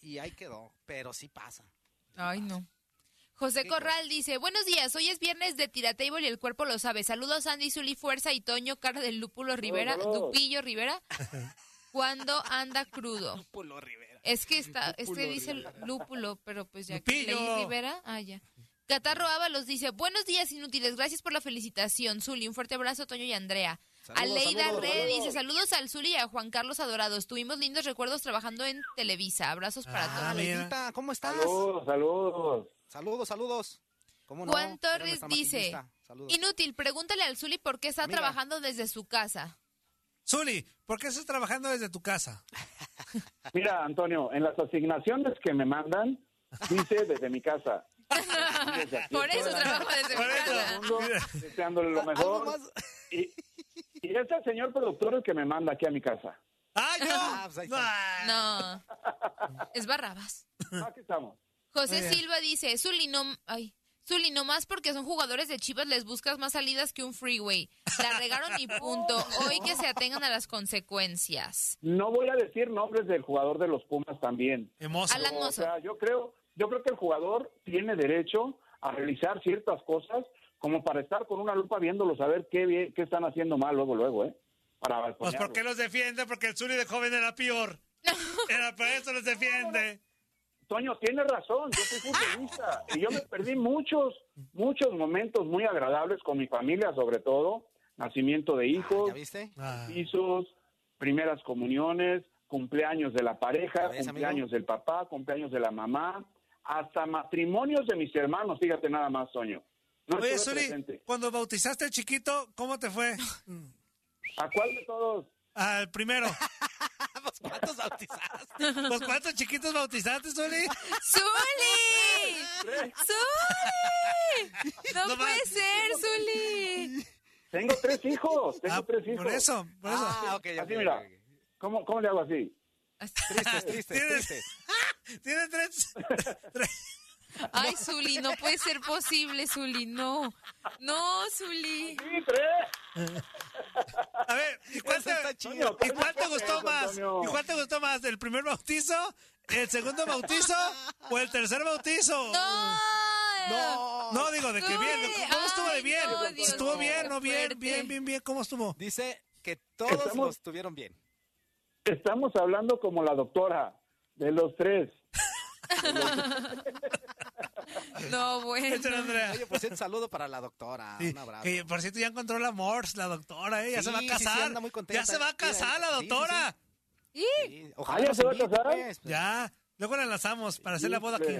[SPEAKER 3] Y ahí quedó, pero sí pasa.
[SPEAKER 2] Ay, no. José Corral dice, buenos días, hoy es viernes de Tiratable y el cuerpo lo sabe. Saludos Andy, Zuli, Fuerza y Toño, cara del Lúpulo Rivera,
[SPEAKER 4] Saludos.
[SPEAKER 2] Lupillo Rivera, cuando anda crudo.
[SPEAKER 3] Pulo Rivera.
[SPEAKER 2] Es que está, es
[SPEAKER 3] Lúpulo
[SPEAKER 2] que dice Lúpulo, pero pues ya que
[SPEAKER 1] Lupillo.
[SPEAKER 2] leí Rivera, ah, ya. Catarro Ábalos dice, buenos días inútiles, gracias por la felicitación, Zuli, un fuerte abrazo, Toño y Andrea. Aleida
[SPEAKER 3] saludos,
[SPEAKER 2] Red
[SPEAKER 3] saludos.
[SPEAKER 2] dice, saludos al Zuli y a Juan Carlos Adorados, tuvimos lindos recuerdos trabajando en Televisa, abrazos para
[SPEAKER 1] Ah,
[SPEAKER 2] todos.
[SPEAKER 1] mira.
[SPEAKER 3] Aleidita, ¿cómo estás?
[SPEAKER 4] Saludos, saludos.
[SPEAKER 3] Saludos, saludos. ¿Cómo no?
[SPEAKER 2] Juan
[SPEAKER 3] Era
[SPEAKER 2] Torres
[SPEAKER 3] nuestra
[SPEAKER 2] dice,
[SPEAKER 3] maquillista. Saludos.
[SPEAKER 2] Inútil, pregúntale al Zuli por qué está
[SPEAKER 3] Amiga.
[SPEAKER 2] trabajando desde su casa.
[SPEAKER 1] Zuli, ¿por qué estás trabajando desde tu casa?
[SPEAKER 4] Mira, Antonio, en las asignaciones que me mandan, dice desde mi casa. Desde aquí
[SPEAKER 2] Por eso
[SPEAKER 4] estoy
[SPEAKER 2] trabajo desde mi
[SPEAKER 1] Por eso.
[SPEAKER 2] casa.
[SPEAKER 4] hablando,
[SPEAKER 1] Mira.
[SPEAKER 4] Deseándole lo
[SPEAKER 3] ¿Algo
[SPEAKER 4] mejor.
[SPEAKER 3] más?
[SPEAKER 4] Y, y es el señor productor el que me manda aquí a mi casa.
[SPEAKER 1] ¡Ah,
[SPEAKER 3] Ah, pues ahí
[SPEAKER 1] yo!
[SPEAKER 3] está.
[SPEAKER 1] Ah.
[SPEAKER 2] No, es Barrabás.
[SPEAKER 4] Aquí estamos.
[SPEAKER 2] José
[SPEAKER 1] Muy bien.
[SPEAKER 2] Silva dice, Zuli, no... Ay. Zuli, nomás porque son jugadores de Chivas les buscas más salidas que un freeway. La regaron y punto. Hoy que se atengan a las consecuencias.
[SPEAKER 4] No voy a decir nombres del jugador de los Pumas también.
[SPEAKER 1] Hermoso.
[SPEAKER 2] Alan-
[SPEAKER 4] O sea, yo creo Yo creo que el jugador tiene derecho a realizar ciertas cosas como para estar con una lupa viéndolo, saber qué, bien- qué están haciendo mal luego, luego, ¿eh? Para
[SPEAKER 1] Pues
[SPEAKER 4] balconearlo.
[SPEAKER 1] ¿por qué los defiende? Porque el Zuli de joven era peor. Era por eso los defiende.
[SPEAKER 4] Toño, tiene razón, yo soy futbolista y yo me perdí muchos, muchos momentos muy agradables con mi familia, sobre todo, nacimiento de hijos,
[SPEAKER 3] ¿Ya viste?
[SPEAKER 1] Ah.
[SPEAKER 4] pisos, primeras comuniones, cumpleaños de la pareja,
[SPEAKER 3] ¿Ya ves,
[SPEAKER 4] cumpleaños del papá, cumpleaños de la mamá, hasta matrimonios de mis hermanos, fíjate nada más, Toño. No
[SPEAKER 1] Oye,
[SPEAKER 4] estuve
[SPEAKER 1] Zuli,
[SPEAKER 4] presente.
[SPEAKER 1] cuando bautizaste al chiquito, ¿cómo te fue?
[SPEAKER 4] ¿A cuál de todos?
[SPEAKER 1] Al primero.
[SPEAKER 3] Pues, ¿Cuántos bautizaste?
[SPEAKER 1] ¿Los cuántos chiquitos bautizaste, Zuli?
[SPEAKER 2] ¡Zuli! ¡Zuli! ¡No,
[SPEAKER 1] No
[SPEAKER 2] puede
[SPEAKER 1] más.
[SPEAKER 2] ser, Zuli!
[SPEAKER 4] Tengo tres hijos, tengo
[SPEAKER 1] Ah,
[SPEAKER 4] tres hijos.
[SPEAKER 1] por eso, por eso.
[SPEAKER 3] Ah, ok, ok,
[SPEAKER 4] Así, mira,
[SPEAKER 3] ok, ok.
[SPEAKER 4] ¿cómo, ¿cómo le hago así?
[SPEAKER 3] Tristes, tristes,
[SPEAKER 1] Tienes-
[SPEAKER 3] tristes.
[SPEAKER 1] Tiene tres. tres-
[SPEAKER 2] Ay, Zuli, no puede ser posible, Zuli, no. No, Zuli.
[SPEAKER 4] Sí, tres.
[SPEAKER 1] A ver, ¿y cuál
[SPEAKER 3] Eso
[SPEAKER 1] te,
[SPEAKER 3] está chido.
[SPEAKER 1] ¿y cuál te gustó
[SPEAKER 4] Eso,
[SPEAKER 1] más?
[SPEAKER 4] Antonio.
[SPEAKER 1] ¿Y cuál te gustó más? ¿El primer bautizo? ¿El segundo bautizo? ¿O el tercer bautizo?
[SPEAKER 2] ¡No!
[SPEAKER 3] No.
[SPEAKER 1] No, digo, de que bien.
[SPEAKER 2] Ay,
[SPEAKER 1] ¿Cómo estuvo de
[SPEAKER 2] ay,
[SPEAKER 1] bien?
[SPEAKER 2] no, Dios
[SPEAKER 1] ¿Estuvo
[SPEAKER 2] mío,
[SPEAKER 1] bien?
[SPEAKER 2] qué
[SPEAKER 1] ¿No bien?
[SPEAKER 2] fuerte.
[SPEAKER 1] ¿Bien, bien, bien? ¿Cómo estuvo?
[SPEAKER 3] Dice que todos
[SPEAKER 4] Estamos-
[SPEAKER 3] los tuvieron bien.
[SPEAKER 4] Estamos hablando como la doctora, de los tres.
[SPEAKER 2] No,
[SPEAKER 1] Échale,
[SPEAKER 2] bueno.
[SPEAKER 1] Este Andrea.
[SPEAKER 3] Oye, pues un saludo para la doctora.
[SPEAKER 1] Sí,
[SPEAKER 3] Un abrazo.
[SPEAKER 1] que por cierto ya encontró el amor, la doctora, ¿eh? ya se
[SPEAKER 3] Sí,
[SPEAKER 1] va a
[SPEAKER 3] sí,
[SPEAKER 1] casar.
[SPEAKER 3] sí, anda muy contenta.
[SPEAKER 1] Ya se va a
[SPEAKER 3] Mira,
[SPEAKER 1] casar la
[SPEAKER 3] sí, sí,
[SPEAKER 1] doctora.
[SPEAKER 3] Sí, ojalá
[SPEAKER 4] Ah, ¿ya
[SPEAKER 3] nos
[SPEAKER 4] se va a
[SPEAKER 3] invite,
[SPEAKER 4] casar?
[SPEAKER 3] pues.
[SPEAKER 1] Ya, luego la enlazamos para hacer la boda aquí.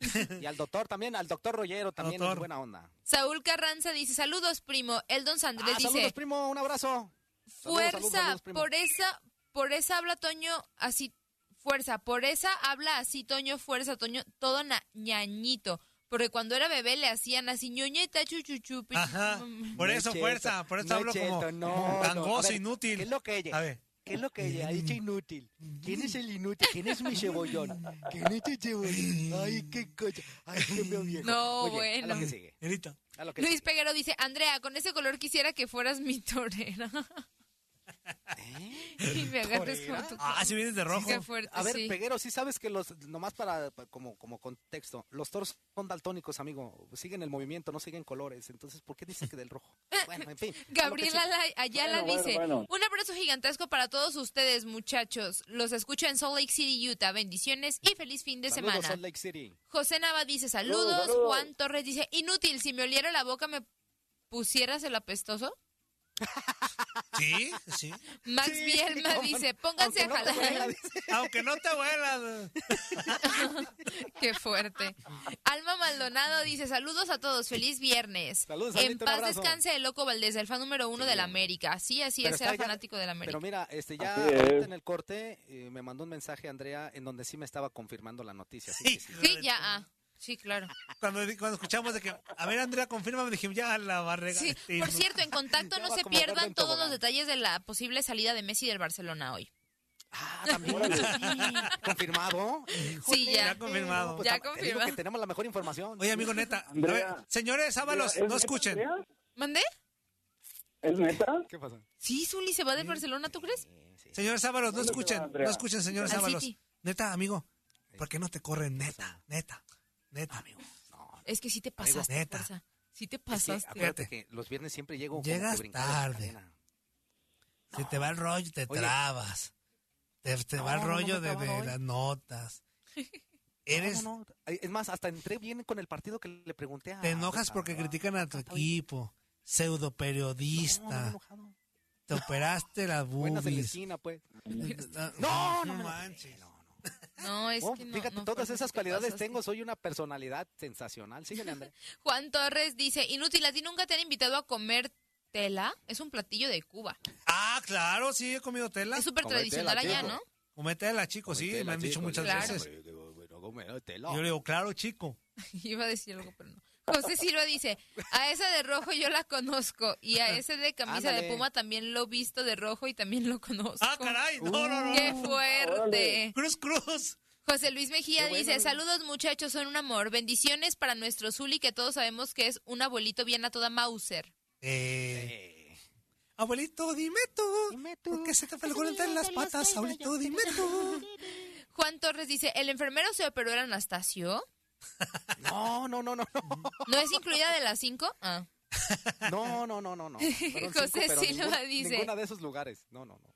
[SPEAKER 4] Híjole.
[SPEAKER 3] Y al doctor también, al doctor Rollero también
[SPEAKER 1] Doctor.
[SPEAKER 3] es buena onda.
[SPEAKER 2] Saúl Carranza dice, saludos, primo. Eldon Sandrés
[SPEAKER 3] Ah,
[SPEAKER 2] dice,
[SPEAKER 3] saludos, primo, un abrazo. Saludos,
[SPEAKER 2] fuerza,
[SPEAKER 3] saludos, saludos, primo.
[SPEAKER 2] por esa, por esa habla Toño así, fuerza, por esa habla así Toño, fuerza, Toño, todo na- ñañito. Porque cuando era bebé le hacían así, ñoñeta, chuchuchu. pi-
[SPEAKER 1] Ajá, por
[SPEAKER 3] No es
[SPEAKER 1] eso
[SPEAKER 3] cierto,
[SPEAKER 1] fuerza, por eso
[SPEAKER 3] no es
[SPEAKER 1] hablo como
[SPEAKER 3] cierto, no,
[SPEAKER 1] como
[SPEAKER 3] no.
[SPEAKER 1] gangoso,
[SPEAKER 3] A ver,
[SPEAKER 1] inútil.
[SPEAKER 3] ¿Qué es lo que ella?
[SPEAKER 1] A ver,
[SPEAKER 3] ¿Qué es lo que ella ha dicho inútil? ¿Quién es el inútil? ¿Quién es mi cebollón? ¿Quién es el cebollón? Ay, qué cocha. Ay, qué veo viejo.
[SPEAKER 2] No,
[SPEAKER 3] Muy bien, A
[SPEAKER 2] bueno.
[SPEAKER 3] lo que sigue.
[SPEAKER 1] Erito.
[SPEAKER 3] A lo que
[SPEAKER 2] Luis
[SPEAKER 3] sigue.
[SPEAKER 2] Peguero dice, Andrea, con ese color quisiera que fueras mi torera.
[SPEAKER 3] ¿Eh?
[SPEAKER 2] y me agarres
[SPEAKER 3] ¿Torera?
[SPEAKER 2] con tu
[SPEAKER 1] Ah, si vienes de rojo.
[SPEAKER 2] Qué fuerte,
[SPEAKER 3] A ver,
[SPEAKER 2] sí.
[SPEAKER 3] Peguero, sí sabes que los, nomás para, pa- como, como contexto, los toros son daltónicos, amigo. Siguen el movimiento, no siguen colores. Entonces, ¿por qué dices que del rojo? Bueno, en fin. a lo que
[SPEAKER 2] Gabriela
[SPEAKER 3] sigue.
[SPEAKER 2] Ala- Ayala
[SPEAKER 4] Bueno, bueno,
[SPEAKER 2] dice,
[SPEAKER 4] bueno.
[SPEAKER 2] un abrazo gigantesco para todos ustedes, muchachos. Los escucho en Salt Lake City, Utah. Bendiciones y feliz fin de
[SPEAKER 3] Saludos,
[SPEAKER 2] semana.
[SPEAKER 3] Salt Lake City.
[SPEAKER 2] José Nava dice, saludos.
[SPEAKER 4] Saludos, saludos.
[SPEAKER 2] Juan Torres dice, inútil, si me oliera la boca me pusieras el apestoso.
[SPEAKER 1] Sí, sí.
[SPEAKER 2] Max
[SPEAKER 3] Sí,
[SPEAKER 2] Bielma
[SPEAKER 3] cómo no.
[SPEAKER 2] dice, pónganse
[SPEAKER 3] Aunque no
[SPEAKER 2] a
[SPEAKER 3] te
[SPEAKER 2] jalar.
[SPEAKER 3] duela, dice.
[SPEAKER 1] Aunque no te vuelas.
[SPEAKER 2] Qué fuerte. Alma Maldonado dice, saludos a todos, feliz viernes.
[SPEAKER 3] Saludos,
[SPEAKER 2] en
[SPEAKER 3] Almita, un
[SPEAKER 2] paz
[SPEAKER 3] abrazo.
[SPEAKER 2] descanse el loco Valdés, el fan número uno
[SPEAKER 3] Sí.
[SPEAKER 2] de la América. Sí, así
[SPEAKER 3] Pero
[SPEAKER 2] es,
[SPEAKER 3] está
[SPEAKER 2] era
[SPEAKER 3] ya-
[SPEAKER 2] fanático de la América.
[SPEAKER 3] Pero mira, este ya
[SPEAKER 4] Así es.
[SPEAKER 3] ahorita en el corte eh, me mandó un mensaje Andrea en donde sí me estaba confirmando la noticia. Así que sí.
[SPEAKER 2] Sí, ya, ah, sí, claro.
[SPEAKER 1] Cuando, di- cuando escuchamos de que, a ver, Andrea, confirma, me dije, ya la barrega.
[SPEAKER 2] Sí,
[SPEAKER 1] este,
[SPEAKER 2] por cierto, en contacto
[SPEAKER 3] Ya
[SPEAKER 2] no
[SPEAKER 3] va
[SPEAKER 2] se
[SPEAKER 3] como gordo
[SPEAKER 2] pierdan
[SPEAKER 3] en
[SPEAKER 2] todos los
[SPEAKER 3] tobogán.
[SPEAKER 2] detalles de la posible salida de Messi del Barcelona hoy.
[SPEAKER 3] Ah, también. sí. ¿Confirmado? Híjole,
[SPEAKER 2] ya. Ya
[SPEAKER 1] confirmado.
[SPEAKER 2] Ya
[SPEAKER 3] am- te digo
[SPEAKER 2] confirmado.
[SPEAKER 3] que tenemos la mejor información.
[SPEAKER 1] Oye, amigo, neta. a
[SPEAKER 4] Andrea.
[SPEAKER 1] ver, señores, Ábalos,
[SPEAKER 4] ¿Es
[SPEAKER 1] no
[SPEAKER 4] neta,
[SPEAKER 1] escuchen.
[SPEAKER 4] Andrea?
[SPEAKER 2] ¿Mandé?
[SPEAKER 4] ¿Es neta?
[SPEAKER 3] ¿Qué pasó?
[SPEAKER 2] Sí, Zuli se va del Barcelona, ¿tú crees?
[SPEAKER 1] Señores Ábalos, no
[SPEAKER 4] ¿Dónde te
[SPEAKER 1] escuchen,
[SPEAKER 4] va, Andrea?
[SPEAKER 1] no escuchen, señores
[SPEAKER 2] Al
[SPEAKER 1] Ábalos.
[SPEAKER 2] City.
[SPEAKER 1] Neta, amigo, ¿por qué no te corren? Neta, neta, neta, amigo.
[SPEAKER 2] Es que sí te pasaste,
[SPEAKER 1] neta.
[SPEAKER 2] fuerza. Sí te
[SPEAKER 3] Es que,
[SPEAKER 2] pasaste.
[SPEAKER 3] acuérdate que los viernes siempre llego como que
[SPEAKER 1] Llegas
[SPEAKER 3] brincado de la
[SPEAKER 1] tarde.
[SPEAKER 3] cadena.
[SPEAKER 1] Se te va el rollo, te
[SPEAKER 3] Oye.
[SPEAKER 1] trabas. Te, te
[SPEAKER 3] No,
[SPEAKER 1] va el
[SPEAKER 3] no, no
[SPEAKER 1] rollo
[SPEAKER 3] me
[SPEAKER 1] de,
[SPEAKER 3] traba
[SPEAKER 1] de
[SPEAKER 3] hoy.
[SPEAKER 1] las notas. Eres,
[SPEAKER 3] No, no, no. Es más, hasta entré bien con el partido que le pregunté a...
[SPEAKER 1] te enojas porque
[SPEAKER 3] a-
[SPEAKER 1] critican a tu
[SPEAKER 3] a- Ah, oye,
[SPEAKER 1] equipo, pseudo
[SPEAKER 3] No, no me he
[SPEAKER 1] periodista,
[SPEAKER 3] enojado.
[SPEAKER 1] te operaste las
[SPEAKER 3] Buenas en la
[SPEAKER 1] boobies.
[SPEAKER 3] esquina, pues.
[SPEAKER 1] Ah,
[SPEAKER 3] No, no, me enojé,
[SPEAKER 1] manches.
[SPEAKER 3] no, no.
[SPEAKER 2] No, es
[SPEAKER 3] Oh,
[SPEAKER 2] que no.
[SPEAKER 3] fíjate,
[SPEAKER 2] no,
[SPEAKER 3] todas
[SPEAKER 2] fuerza,
[SPEAKER 3] esas
[SPEAKER 2] te
[SPEAKER 3] cualidades
[SPEAKER 2] pasaste.
[SPEAKER 3] tengo. Soy una personalidad sensacional. Síguele, Andrea.
[SPEAKER 2] Juan Torres dice, inútil, ¿a ti nunca te han invitado a comer tela? Es un platillo de Cuba.
[SPEAKER 1] Ah, claro, sí, he comido tela.
[SPEAKER 2] Es súper
[SPEAKER 3] Comer
[SPEAKER 2] tradicional
[SPEAKER 3] tela,
[SPEAKER 2] allá,
[SPEAKER 3] chico.
[SPEAKER 2] ¿no?
[SPEAKER 1] Come tela, chico, Pues sí, me han dicho muchas
[SPEAKER 2] claro.
[SPEAKER 1] veces. Y yo le digo, claro, chico.
[SPEAKER 2] Iba a decir algo, pero no. José Silva dice, a esa de rojo yo la conozco y a ese de camisa
[SPEAKER 3] Ándale.
[SPEAKER 2] de puma también lo visto de rojo y también lo conozco.
[SPEAKER 1] Ah, caray, no, no, no.
[SPEAKER 2] ¡Qué
[SPEAKER 1] no.
[SPEAKER 3] Uh.
[SPEAKER 2] fuerte!
[SPEAKER 1] Cruz, cruz.
[SPEAKER 2] José Luis Mejía
[SPEAKER 3] Qué bueno,
[SPEAKER 2] dice,
[SPEAKER 3] ¿no?
[SPEAKER 2] saludos muchachos, son un amor. Bendiciones para nuestro Zuli, que todos sabemos que es un abuelito bien a toda Mauser.
[SPEAKER 1] Eh, Abuelito, dime tú.
[SPEAKER 3] Dime tú.
[SPEAKER 1] ¿Por qué se te en las patas, abuelito? Dime tú.
[SPEAKER 2] Juan Torres dice, ¿el enfermero se operó el Anastasio?
[SPEAKER 3] No, no, no, no, no.
[SPEAKER 2] ¿No es incluida de las cinco? Ah.
[SPEAKER 3] No, no, no, no, no. Fueron
[SPEAKER 2] José
[SPEAKER 3] pero
[SPEAKER 2] Silva
[SPEAKER 3] ninguna-
[SPEAKER 2] dice.
[SPEAKER 3] Ninguna de esos lugares. No, no, no.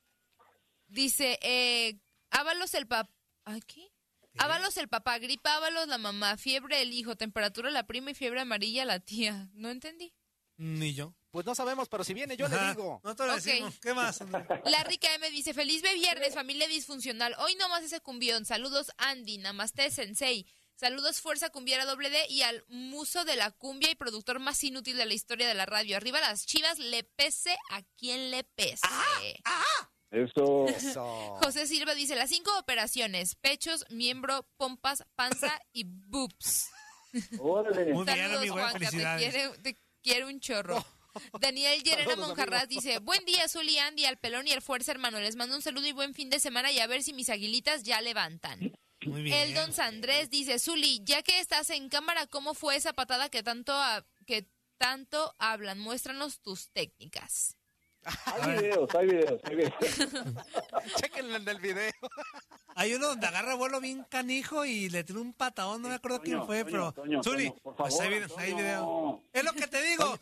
[SPEAKER 2] Dice, eh, Ábalos el papá. ¿Qué? Ábalos el papá, gripa Ábalos la mamá, fiebre el hijo, temperatura la prima y fiebre amarilla la tía. No entendí.
[SPEAKER 1] Ni yo.
[SPEAKER 3] Pues no sabemos, pero si viene, yo le
[SPEAKER 1] Ajá.
[SPEAKER 3] digo.
[SPEAKER 1] Nosotros le
[SPEAKER 2] Ok.
[SPEAKER 1] decimos. ¿Qué más, Andrea?
[SPEAKER 2] La rica M dice, feliz be viernes, familia disfuncional. Hoy nomás ese cumbión. Saludos Andy, namaste sensei. Saludos Fuerza Cumbiera doble D y al muso de la cumbia y productor más inútil de la historia de la radio. Arriba las chivas, le pese a quien le pese.
[SPEAKER 4] Eso.
[SPEAKER 3] Eso.
[SPEAKER 2] José Silva dice, las cinco operaciones, pechos, miembro, pompas, panza y boobs.
[SPEAKER 4] Órale.
[SPEAKER 1] Muy bien,
[SPEAKER 2] Saludos,
[SPEAKER 1] amigo, eh,
[SPEAKER 2] Juanca, te
[SPEAKER 1] felicidades.
[SPEAKER 2] quiere, te quiere un chorro. Daniel Llerena
[SPEAKER 3] Saludos,
[SPEAKER 2] Monjarrat
[SPEAKER 3] amigo.
[SPEAKER 2] dice, buen día, Zuli, Andy, al pelón y al fuerza, hermano. Les mando un saludo y buen fin de semana y a ver si mis aguilitas ya levantan.
[SPEAKER 1] Muy bien.
[SPEAKER 2] El don Sandrés dice, Zuli, ya que estás en cámara, ¿cómo fue esa patada que tanto, ha- que tanto hablan? Muéstranos tus técnicas.
[SPEAKER 1] A
[SPEAKER 4] Hay
[SPEAKER 1] ver.
[SPEAKER 4] videos, hay videos, hay videos.
[SPEAKER 3] Chequenle en el video.
[SPEAKER 1] Hay uno donde agarra vuelo bien canijo y le tiene un patadón, no me acuerdo quién
[SPEAKER 4] Toño,
[SPEAKER 1] fue,
[SPEAKER 4] Toño,
[SPEAKER 1] pero.
[SPEAKER 4] Toño,
[SPEAKER 1] Zuli,
[SPEAKER 4] Toño, por
[SPEAKER 1] pues ahí
[SPEAKER 4] favor,
[SPEAKER 1] viene, ahí
[SPEAKER 4] Toño.
[SPEAKER 1] video. Es lo que te digo.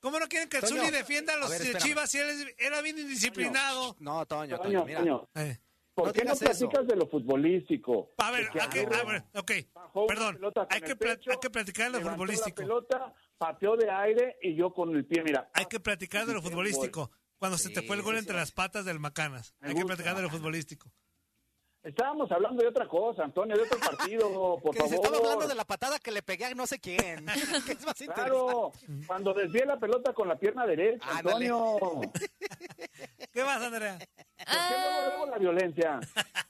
[SPEAKER 1] ¿Cómo no quieren que el
[SPEAKER 3] Toño.
[SPEAKER 1] Zuli defienda a los
[SPEAKER 3] A ver, espérame.
[SPEAKER 1] chivas si él es- era bien indisciplinado?
[SPEAKER 3] No, Toño, Toño,
[SPEAKER 4] Toño,
[SPEAKER 3] mira.
[SPEAKER 4] Toño,
[SPEAKER 1] Eh,
[SPEAKER 4] ¿por
[SPEAKER 3] No
[SPEAKER 4] qué no
[SPEAKER 3] digas eso.
[SPEAKER 4] platicas de lo futbolístico?
[SPEAKER 1] A ver,
[SPEAKER 4] De que
[SPEAKER 1] a que- a
[SPEAKER 4] Aguirre
[SPEAKER 1] ver, ok,
[SPEAKER 4] bajó una
[SPEAKER 1] perdón,
[SPEAKER 4] pelota con
[SPEAKER 1] hay que,
[SPEAKER 4] el
[SPEAKER 1] pla-
[SPEAKER 4] pecho,
[SPEAKER 1] hay que platicar de lo
[SPEAKER 4] levantó
[SPEAKER 1] futbolístico.
[SPEAKER 4] La pelota, pateó de aire y yo con el pie, mira.
[SPEAKER 1] Hay que platicar de lo
[SPEAKER 4] Sí,
[SPEAKER 1] futbolístico. Cuando se te
[SPEAKER 3] Sí,
[SPEAKER 1] fue el gol
[SPEAKER 3] sí,
[SPEAKER 1] entre
[SPEAKER 3] sí.
[SPEAKER 1] las patas del Macanas.
[SPEAKER 4] Me
[SPEAKER 1] Hay que
[SPEAKER 4] gusta.
[SPEAKER 1] platicar de lo futbolístico.
[SPEAKER 4] Estábamos hablando de otra cosa, Antonio, de otro partido, por
[SPEAKER 3] que se estaba hablando
[SPEAKER 4] favor.
[SPEAKER 3] de la patada que le pegué a no sé quién. que es más
[SPEAKER 4] Claro, cuando desvié la pelota con la pierna derecha,
[SPEAKER 1] Ah,
[SPEAKER 3] Ándale.
[SPEAKER 4] Antonio. ¿Por qué
[SPEAKER 1] ¿Qué más, Andrea?
[SPEAKER 4] luego, luego la violencia?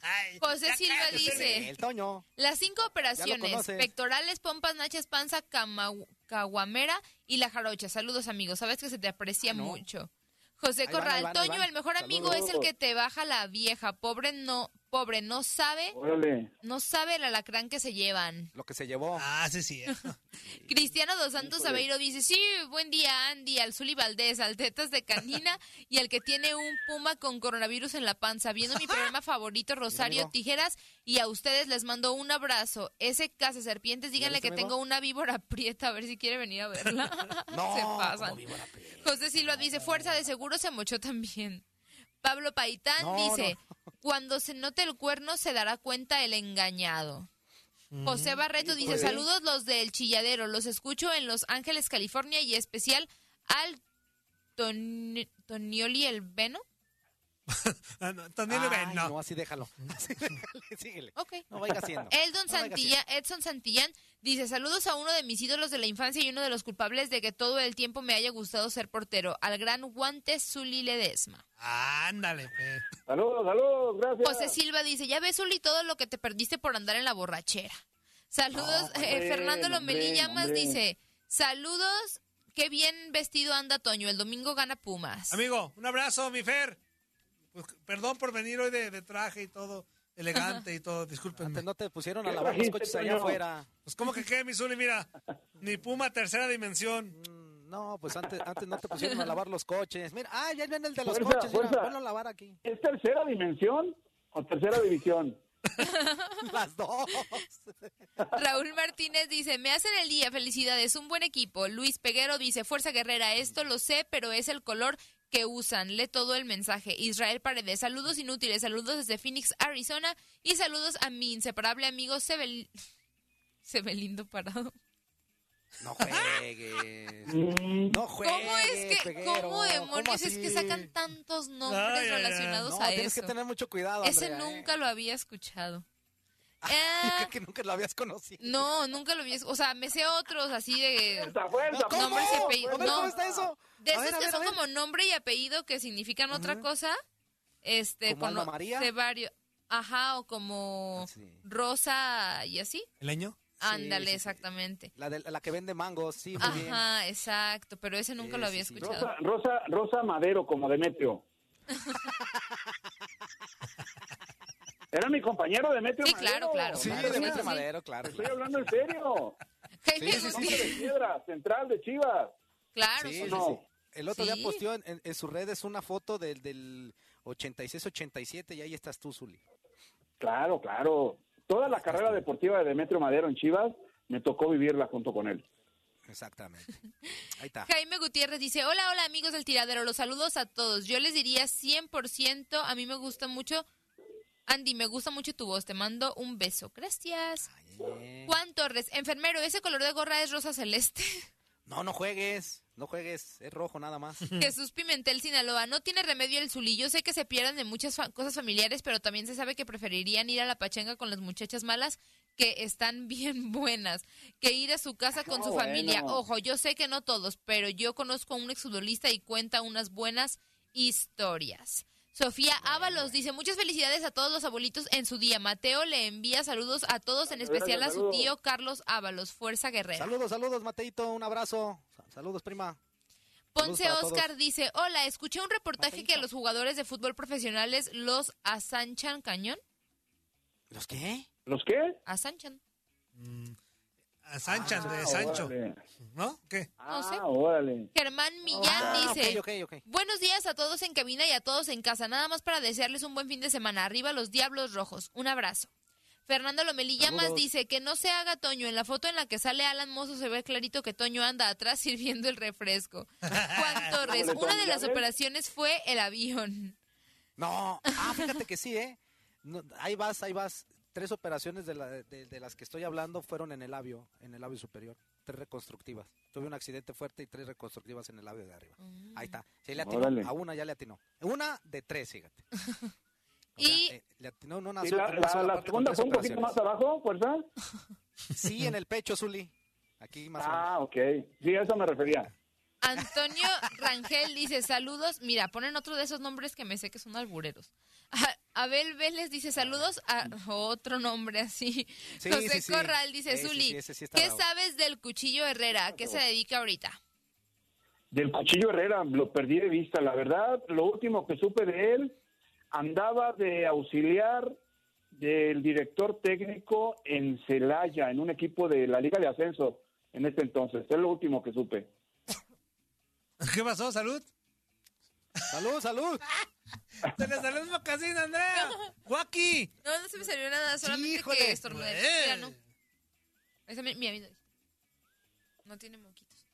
[SPEAKER 1] Ay,
[SPEAKER 2] José
[SPEAKER 1] ya
[SPEAKER 2] Silva
[SPEAKER 1] cállate,
[SPEAKER 2] dice-
[SPEAKER 1] Zuli.
[SPEAKER 3] interesante. El Toño.
[SPEAKER 2] Las cinco operaciones,
[SPEAKER 3] conoces.
[SPEAKER 2] pectorales, pompas, nachas, panza, cama- caguamera y la jarocha. Saludos, amigos. Sabes que se te aprecia mucho. José
[SPEAKER 3] Ah, Ahí van,
[SPEAKER 2] Corral,
[SPEAKER 3] ahí van, ahí
[SPEAKER 2] Toño,
[SPEAKER 3] van.
[SPEAKER 2] el mejor amigo
[SPEAKER 4] Saludos.
[SPEAKER 2] es el que te baja la vieja. Pobre no, pobre, no sabe,
[SPEAKER 4] Órale.
[SPEAKER 2] no sabe el alacrán que se llevan.
[SPEAKER 3] Lo que se llevó.
[SPEAKER 1] Ah, sí, sí.
[SPEAKER 2] Cristiano dos Santos Aveiro dice, sí, buen día Andy, al Zuli Valdés, al Tetas de Canina y al que tiene un puma con coronavirus en la panza, viendo mi programa favorito Rosario
[SPEAKER 3] amigo.
[SPEAKER 2] Tijeras y a ustedes les mando un abrazo. Ese casa serpientes, díganle
[SPEAKER 3] viste,
[SPEAKER 2] que
[SPEAKER 3] amigo?
[SPEAKER 2] tengo una víbora prieta, a ver si quiere venir a verla.
[SPEAKER 3] No,
[SPEAKER 2] se
[SPEAKER 3] como
[SPEAKER 2] pasan.
[SPEAKER 3] víbora prieta.
[SPEAKER 2] José Silva dice, fuerza de seguro se mochó también. Pablo Paitán
[SPEAKER 3] No,
[SPEAKER 2] dice, cuando se note el cuerno se dará cuenta el engañado.
[SPEAKER 3] Mm.
[SPEAKER 2] José Barreto
[SPEAKER 3] Pues
[SPEAKER 2] dice, saludos los del Chilladero, los escucho en Los Ángeles, California y especial al Ton- Tonioli el Veno.
[SPEAKER 1] Ah, no, Tony lo ve,
[SPEAKER 3] Ay,
[SPEAKER 1] no.
[SPEAKER 3] no, así déjalo. Así déjale, síguele.
[SPEAKER 2] Ok.
[SPEAKER 3] No vaya haciendo.
[SPEAKER 2] Eldon
[SPEAKER 3] No vaya
[SPEAKER 2] Santilla, Edson Santillán dice, saludos a uno de mis ídolos de la infancia y uno de los culpables de que todo el tiempo me haya gustado ser portero, al gran guante Zuli Ledesma.
[SPEAKER 1] Ándale, pues.
[SPEAKER 4] Saludos, saludos, gracias.
[SPEAKER 2] José Silva dice, ya ves, Uli, todo lo que te perdiste por andar en la borrachera. Saludos,
[SPEAKER 4] No,
[SPEAKER 2] eh,
[SPEAKER 4] hombre,
[SPEAKER 2] Fernando
[SPEAKER 4] no,
[SPEAKER 2] Lomelí
[SPEAKER 4] hombre, no,
[SPEAKER 2] Llamas
[SPEAKER 4] hombre.
[SPEAKER 2] dice, saludos, qué bien vestido anda Toño, el domingo gana Pumas.
[SPEAKER 1] Amigo, un abrazo, mi Fer. Pues, perdón por venir hoy de, de traje y todo, elegante y todo, discúlpenme.
[SPEAKER 3] Antes no te pusieron a
[SPEAKER 4] ¿Qué
[SPEAKER 3] lavar los
[SPEAKER 4] trajiste,
[SPEAKER 3] coches
[SPEAKER 4] Toño?
[SPEAKER 3] allá afuera.
[SPEAKER 1] Pues, ¿cómo que qué, mi Zuli? Mira, ni Puma tercera dimensión.
[SPEAKER 3] Mm, No, pues antes, antes no te pusieron a lavar los coches. Mira, ah, ya viene el de los
[SPEAKER 4] Fuerza,
[SPEAKER 3] coches. Mira,
[SPEAKER 4] fuerza.
[SPEAKER 3] ponlo a lavar aquí.
[SPEAKER 4] ¿Es tercera dimensión o tercera división?
[SPEAKER 3] Las dos.
[SPEAKER 2] Raúl Martínez dice, me hacen el día, felicidades, un buen equipo. Luis Peguero dice, fuerza guerrera, esto lo sé, pero es el color que usan. Lee todo el mensaje. Israel Paredes, saludos inútiles, saludos desde Phoenix, Arizona, y saludos a mi inseparable amigo Sebel... Sebelindo Parado.
[SPEAKER 3] No juegues.
[SPEAKER 4] Mm,
[SPEAKER 3] No juegues.
[SPEAKER 2] ¿Cómo es que,
[SPEAKER 3] peguero.
[SPEAKER 2] cómo demonios es que
[SPEAKER 3] así?
[SPEAKER 2] sacan tantos nombres
[SPEAKER 1] Ay, ay, ay.
[SPEAKER 2] relacionados
[SPEAKER 3] No,
[SPEAKER 2] a
[SPEAKER 3] tienes
[SPEAKER 2] eso?
[SPEAKER 3] que tener mucho cuidado.
[SPEAKER 2] Ese
[SPEAKER 3] Andrea, ¿eh?
[SPEAKER 2] nunca lo había escuchado.
[SPEAKER 3] Yo
[SPEAKER 2] Ah,
[SPEAKER 3] creo que nunca lo habías conocido.
[SPEAKER 2] no, nunca lo había O sea, me sé otros así de
[SPEAKER 4] Fuerza, fuerza,
[SPEAKER 2] ¿Cómo?
[SPEAKER 4] fuerza,
[SPEAKER 2] nombres y apellidos.
[SPEAKER 3] A ver,
[SPEAKER 2] No.
[SPEAKER 3] ¿Cómo está eso?
[SPEAKER 2] de
[SPEAKER 3] A
[SPEAKER 2] esos
[SPEAKER 3] ver, a
[SPEAKER 2] que
[SPEAKER 3] ver,
[SPEAKER 2] son
[SPEAKER 3] a ver.
[SPEAKER 2] como nombre y apellido que significan otra cosa. Este,
[SPEAKER 3] ¿Como
[SPEAKER 2] con
[SPEAKER 3] Alma María? Ah,
[SPEAKER 2] de varios, ajá, o como
[SPEAKER 3] Sí.
[SPEAKER 2] Rosa y así.
[SPEAKER 1] ¿El año?
[SPEAKER 2] Ándale,
[SPEAKER 3] sí, sí.
[SPEAKER 2] exactamente.
[SPEAKER 3] La, de, la que vende mangos, sí, muy bien.
[SPEAKER 2] Ajá, exacto, pero ese nunca
[SPEAKER 3] Sí,
[SPEAKER 2] lo
[SPEAKER 3] sí,
[SPEAKER 2] había
[SPEAKER 3] sí.
[SPEAKER 2] escuchado.
[SPEAKER 4] Rosa, Rosa, Rosa Madero, como Demetrio. Era mi compañero Demetrio
[SPEAKER 2] Sí,
[SPEAKER 4] Madero.
[SPEAKER 2] claro, claro,
[SPEAKER 3] Sí,
[SPEAKER 2] claro,
[SPEAKER 3] de
[SPEAKER 2] claro,
[SPEAKER 3] Metro
[SPEAKER 2] sí.
[SPEAKER 3] Madero, claro.
[SPEAKER 4] Estoy
[SPEAKER 3] claro.
[SPEAKER 4] hablando en serio.
[SPEAKER 3] Sí,
[SPEAKER 2] Jaime
[SPEAKER 3] sí, sí.
[SPEAKER 4] Hombre
[SPEAKER 2] Gutiérrez.
[SPEAKER 4] de piedra, central de Chivas.
[SPEAKER 2] Claro,
[SPEAKER 3] Sí,
[SPEAKER 2] sí,
[SPEAKER 3] sí,
[SPEAKER 4] no.
[SPEAKER 3] sí. El otro
[SPEAKER 2] Sí.
[SPEAKER 3] día posteó en, en- en sus redes una foto del, del 86-87 y ahí estás tú, Zuli.
[SPEAKER 4] Claro, claro. Toda la carrera deportiva de Demetrio Madero en Chivas me tocó vivirla junto con él.
[SPEAKER 3] Exactamente. Ahí está.
[SPEAKER 2] Jaime Gutiérrez dice, hola, hola amigos del tiradero, los saludos a todos. Yo les diría 100%, a mí me gusta mucho, Andy, me gusta mucho tu voz, te mando un beso, gracias.
[SPEAKER 3] Ay,
[SPEAKER 2] Juan Torres, enfermero, ese color de gorra es rosa celeste.
[SPEAKER 3] No, no juegues. No juegues. Es rojo nada más.
[SPEAKER 2] Jesús Pimentel, Sinaloa, no tiene remedio el zulillo, sé que se pierden de muchas fa- cosas familiares, pero también se sabe que preferirían ir a la pachanga con las muchachas malas que están bien buenas, que ir a su casa con
[SPEAKER 4] Ah,
[SPEAKER 2] su
[SPEAKER 4] bueno.
[SPEAKER 2] familia. Ojo, yo sé que no todos, pero yo conozco a un exfutbolista y cuenta unas buenas historias. Sofía Ábalos dice, muchas felicidades a todos los abuelitos en su día. Mateo le envía saludos a todos, en
[SPEAKER 4] Gracias,
[SPEAKER 2] especial a su
[SPEAKER 4] saludos.
[SPEAKER 2] tío Carlos Ábalos, Fuerza Guerrera.
[SPEAKER 3] Saludos, saludos, Mateito. Un abrazo. Sa- Saludos, prima.
[SPEAKER 2] Ponce
[SPEAKER 3] Saludos para
[SPEAKER 2] Oscar dice, hola, escuché un reportaje que a
[SPEAKER 3] Mateito.
[SPEAKER 2] los jugadores de fútbol profesionales los asanchan cañón.
[SPEAKER 3] ¿Los qué?
[SPEAKER 4] ¿Los qué?
[SPEAKER 2] Asanchan.
[SPEAKER 1] A Sanchan de
[SPEAKER 4] Ah,
[SPEAKER 1] Sancho,
[SPEAKER 4] órale.
[SPEAKER 1] ¿no? ¿Qué?
[SPEAKER 4] Ah,
[SPEAKER 2] sé.
[SPEAKER 4] órale.
[SPEAKER 2] Germán Millán
[SPEAKER 3] Ah,
[SPEAKER 2] dice,
[SPEAKER 3] ok, ok, ok.
[SPEAKER 2] buenos días a todos en cabina y a todos en casa, nada más para desearles un buen fin de semana. Arriba los Diablos Rojos, un abrazo. Fernando Lomelí Llamas
[SPEAKER 3] Saludos.
[SPEAKER 2] dice que no se haga Toño. En la foto en la que sale Alan Mozo se ve clarito que Toño anda atrás sirviendo el refresco. Juan Torres,
[SPEAKER 4] Híjole,
[SPEAKER 2] una
[SPEAKER 4] Toño,
[SPEAKER 2] de
[SPEAKER 4] ¿ya
[SPEAKER 2] las
[SPEAKER 4] ves?
[SPEAKER 2] operaciones fue el avión.
[SPEAKER 3] No. Ah, fíjate que sí, ¿eh? No, ahí vas, ahí vas. Tres operaciones de, la- de- de las que estoy hablando fueron en el labio, en el labio superior. Tres reconstructivas. Tuve un accidente fuerte y tres reconstructivas en el labio de arriba.
[SPEAKER 2] Mm.
[SPEAKER 3] Ahí está. Sí, le atinó.
[SPEAKER 4] Órale.
[SPEAKER 3] A una ya le atinó. Una de tres, fíjate. O sea,
[SPEAKER 2] Y-
[SPEAKER 3] eh, le atinó en una
[SPEAKER 4] ¿Y
[SPEAKER 3] sola-
[SPEAKER 4] la,
[SPEAKER 3] en una
[SPEAKER 4] la-
[SPEAKER 3] sola
[SPEAKER 4] la
[SPEAKER 3] parte con
[SPEAKER 4] segunda
[SPEAKER 3] tres
[SPEAKER 4] fue un poquito
[SPEAKER 3] operaciones.
[SPEAKER 4] más abajo, fuerza?
[SPEAKER 3] Sí, en el pecho, Zuli. Aquí más o menos.
[SPEAKER 4] Ah, ok. Sí, a eso me refería.
[SPEAKER 2] Antonio Rangel dice saludos. Mira, ponen otro de esos nombres que me sé que son albureros. A- Abel Vélez dice saludos a otro nombre así.
[SPEAKER 3] Sí,
[SPEAKER 2] José
[SPEAKER 3] sí, sí.
[SPEAKER 2] Corral dice
[SPEAKER 3] Sí, sí,
[SPEAKER 2] Zuli,
[SPEAKER 3] sí, ese sí está
[SPEAKER 2] ¿qué
[SPEAKER 3] bravo.
[SPEAKER 2] sabes del cuchillo Herrera? ¿A ¿Qué se dedica ahorita?
[SPEAKER 4] Del cuchillo Herrera, lo perdí de vista, la verdad. Lo último que supe de él, andaba de auxiliar del director técnico en Celaya, en un equipo de la Liga de Ascenso en este entonces. Es lo último que supe.
[SPEAKER 1] ¿Qué pasó? ¿Salud?
[SPEAKER 3] Salud, salud.
[SPEAKER 1] ¡Te le salió el mocasín, Andrea! ¡Guaki!
[SPEAKER 2] No, no se me salió nada, solamente
[SPEAKER 3] Híjole,
[SPEAKER 2] que estornudé.
[SPEAKER 1] güey.
[SPEAKER 2] Mira, no. Esa mi- mira, mira. No tiene moquitos.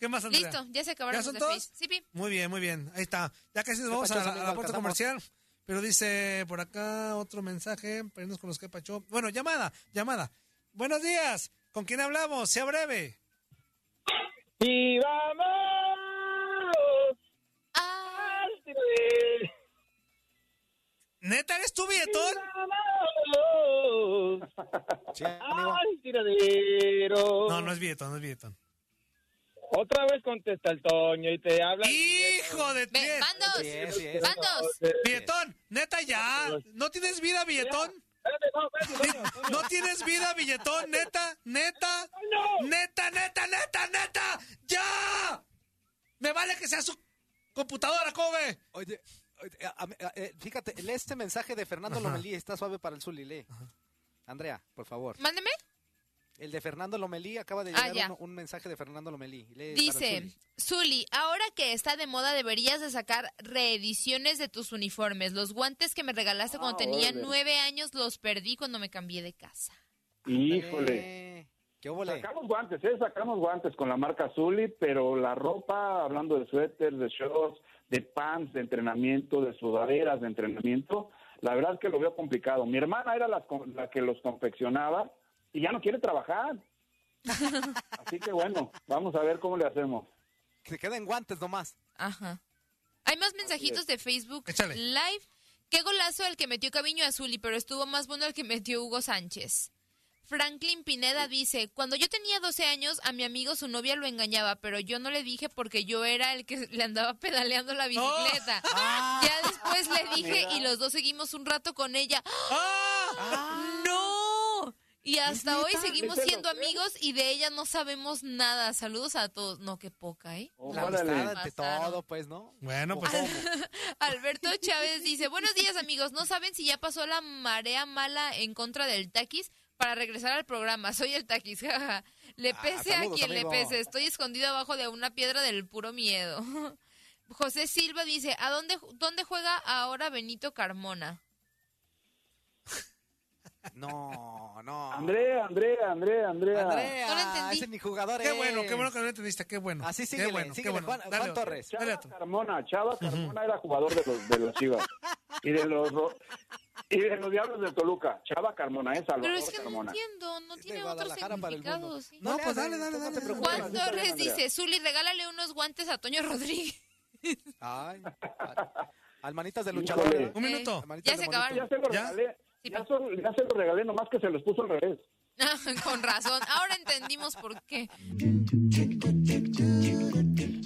[SPEAKER 1] ¿Qué más, Andrea?
[SPEAKER 2] Listo, ya se acabaron
[SPEAKER 1] ¿Ya son
[SPEAKER 2] los de
[SPEAKER 1] todos?
[SPEAKER 2] Face. Sí, Pi.
[SPEAKER 1] Muy bien, muy bien. Ahí está. Ya casi nos vamos a
[SPEAKER 3] pacho,
[SPEAKER 1] la, a
[SPEAKER 3] amigo?
[SPEAKER 1] la pauta
[SPEAKER 3] Alcanzamos.
[SPEAKER 1] comercial. Pero dice por acá otro mensaje. Perdimos con los que pacho. Bueno, llamada, llamada. Buenos días. ¿Con quién hablamos? Sea breve.
[SPEAKER 8] Y vamos
[SPEAKER 2] Ah,
[SPEAKER 8] al tren,
[SPEAKER 1] ¿Neta eres tú, billetón?
[SPEAKER 8] vamos
[SPEAKER 3] Sí,
[SPEAKER 4] Ah,
[SPEAKER 3] amigo.
[SPEAKER 8] al tiradero.
[SPEAKER 1] No, no es billetón, no es billetón.
[SPEAKER 8] Otra vez contesta el Toño y te habla.
[SPEAKER 1] ¡Hijo de
[SPEAKER 2] ve,
[SPEAKER 1] ti!
[SPEAKER 2] van dos,
[SPEAKER 3] Sí es, sí es.
[SPEAKER 2] van dos.
[SPEAKER 1] Billetón, neta ya. ¿No tienes vida, billetón?
[SPEAKER 8] Espérate, no, espérate, Toño, Toño.
[SPEAKER 1] ¿No tienes vida, billetón? ¿Neta? ¿Neta?
[SPEAKER 8] No.
[SPEAKER 1] ¡Neta, neta, neta, neta! ¡Ya! Me vale que sea su computadora, Kobe.
[SPEAKER 3] Oye, oye, a- a- eh, fíjate, lee este mensaje de Fernando Lomelí. Está suave para el Zuli, lee. Andrea, por favor.
[SPEAKER 2] Mándeme.
[SPEAKER 3] El de Fernando Lomelí acaba de
[SPEAKER 2] Ah,
[SPEAKER 3] llegar
[SPEAKER 2] ya.
[SPEAKER 3] un, un mensaje de Fernando Lomelí. Lee para el
[SPEAKER 2] Dice,
[SPEAKER 3] Zuli.
[SPEAKER 2] Zuli, ahora que está de moda deberías de sacar reediciones de tus uniformes. Los guantes que me regalaste cuando
[SPEAKER 4] Ah,
[SPEAKER 2] tenía
[SPEAKER 4] órale.
[SPEAKER 2] nueve años los perdí cuando me cambié de casa.
[SPEAKER 3] Ah,
[SPEAKER 4] Híjole.
[SPEAKER 3] Eh, ¿Qué óvole?
[SPEAKER 4] Pues Sacamos guantes, ¿eh? Sacamos guantes con la marca Zully, pero la ropa, hablando de suéteres, de shorts, de pants, de entrenamiento, de sudaderas, de entrenamiento, la verdad es que lo veo complicado. Mi hermana era las con- la que los confeccionaba y ya no quiere trabajar. Así que bueno, vamos a ver cómo le hacemos.
[SPEAKER 3] Que se queden guantes nomás.
[SPEAKER 2] Ajá. Hay más mensajitos de Facebook
[SPEAKER 1] Échale.
[SPEAKER 2] Live. Qué golazo el que metió Caviño a Zuli, pero estuvo más bueno el que metió Hugo Sánchez. Franklin Pineda dice, cuando yo tenía 12 años, a mi amigo su novia lo engañaba, pero yo no le dije porque yo era el que le andaba pedaleando
[SPEAKER 1] Oh.
[SPEAKER 2] la bicicleta.
[SPEAKER 1] Ah.
[SPEAKER 2] Ya después le dije y los dos seguimos un rato con ella.
[SPEAKER 1] ¡Ah!
[SPEAKER 2] ¡No! Y hasta hoy seguimos
[SPEAKER 4] ¿Neta lo
[SPEAKER 2] siendo
[SPEAKER 4] crees?
[SPEAKER 2] amigos y de ella no sabemos nada. Saludos a todos. No, qué poca, ¿eh?
[SPEAKER 3] La
[SPEAKER 4] Órale.
[SPEAKER 3] amistad ante
[SPEAKER 2] Pasaron.
[SPEAKER 3] todo, pues, ¿no?
[SPEAKER 1] Bueno, pues.
[SPEAKER 3] ¿Cómo?
[SPEAKER 2] Alberto Chávez dice, buenos días amigos, no saben si ya pasó la marea mala en contra del taquis para regresar al programa, soy el taquis, jaja. Le
[SPEAKER 3] Ah,
[SPEAKER 2] pese a
[SPEAKER 3] saludos,
[SPEAKER 2] quien
[SPEAKER 3] amigo.
[SPEAKER 2] le pese, estoy escondido abajo de una piedra del puro miedo. José Silva dice, ¿a dónde, dónde juega ahora Benito Carmona?
[SPEAKER 3] No,
[SPEAKER 2] Ah.
[SPEAKER 3] no.
[SPEAKER 4] Andrea, Andrea, Andrea, Andrea.
[SPEAKER 3] Andrea,
[SPEAKER 2] No lo entendí.
[SPEAKER 3] ese ni jugador
[SPEAKER 1] Qué
[SPEAKER 3] es.
[SPEAKER 1] bueno, qué bueno que no entendiste, qué bueno.
[SPEAKER 3] Así
[SPEAKER 1] sí,
[SPEAKER 3] Ah, síguele,
[SPEAKER 1] qué bueno,
[SPEAKER 3] síguele, Juan- Juan
[SPEAKER 1] Dale otro,
[SPEAKER 3] Torres.
[SPEAKER 1] dale
[SPEAKER 4] Chava
[SPEAKER 1] otro.
[SPEAKER 4] Carmona, Chava Carmona era jugador de los, de los Chivas y de los ro- y de los Diablos de Toluca. Chava Carmona, es Salvador
[SPEAKER 2] Pero es que no
[SPEAKER 4] Carmona.
[SPEAKER 2] entiendo, no
[SPEAKER 3] De
[SPEAKER 2] tiene otro
[SPEAKER 3] este, Guadalajara para el mundo.
[SPEAKER 2] significado. sí.
[SPEAKER 1] No,
[SPEAKER 3] le
[SPEAKER 1] pues
[SPEAKER 3] hagas,
[SPEAKER 1] dale, dale,
[SPEAKER 3] tú
[SPEAKER 1] dale,
[SPEAKER 3] te
[SPEAKER 1] dale.
[SPEAKER 3] preocupes.
[SPEAKER 2] Juan
[SPEAKER 4] Andrea.
[SPEAKER 2] Torres dice, Zuli, regálale unos guantes a Toño Rodríguez.
[SPEAKER 3] Ay, a- almanitas de luchadores.
[SPEAKER 1] Un minuto.
[SPEAKER 3] Almanitas
[SPEAKER 2] Ya
[SPEAKER 3] de
[SPEAKER 2] se
[SPEAKER 3] monito.
[SPEAKER 4] Ya
[SPEAKER 2] acabaron.
[SPEAKER 4] se lo
[SPEAKER 1] ¿Ya?
[SPEAKER 4] regalé,
[SPEAKER 2] Sí,
[SPEAKER 4] ya, se- ya se lo regalé, nomás que se los puso al revés.
[SPEAKER 2] Con razón. Ahora entendimos por qué.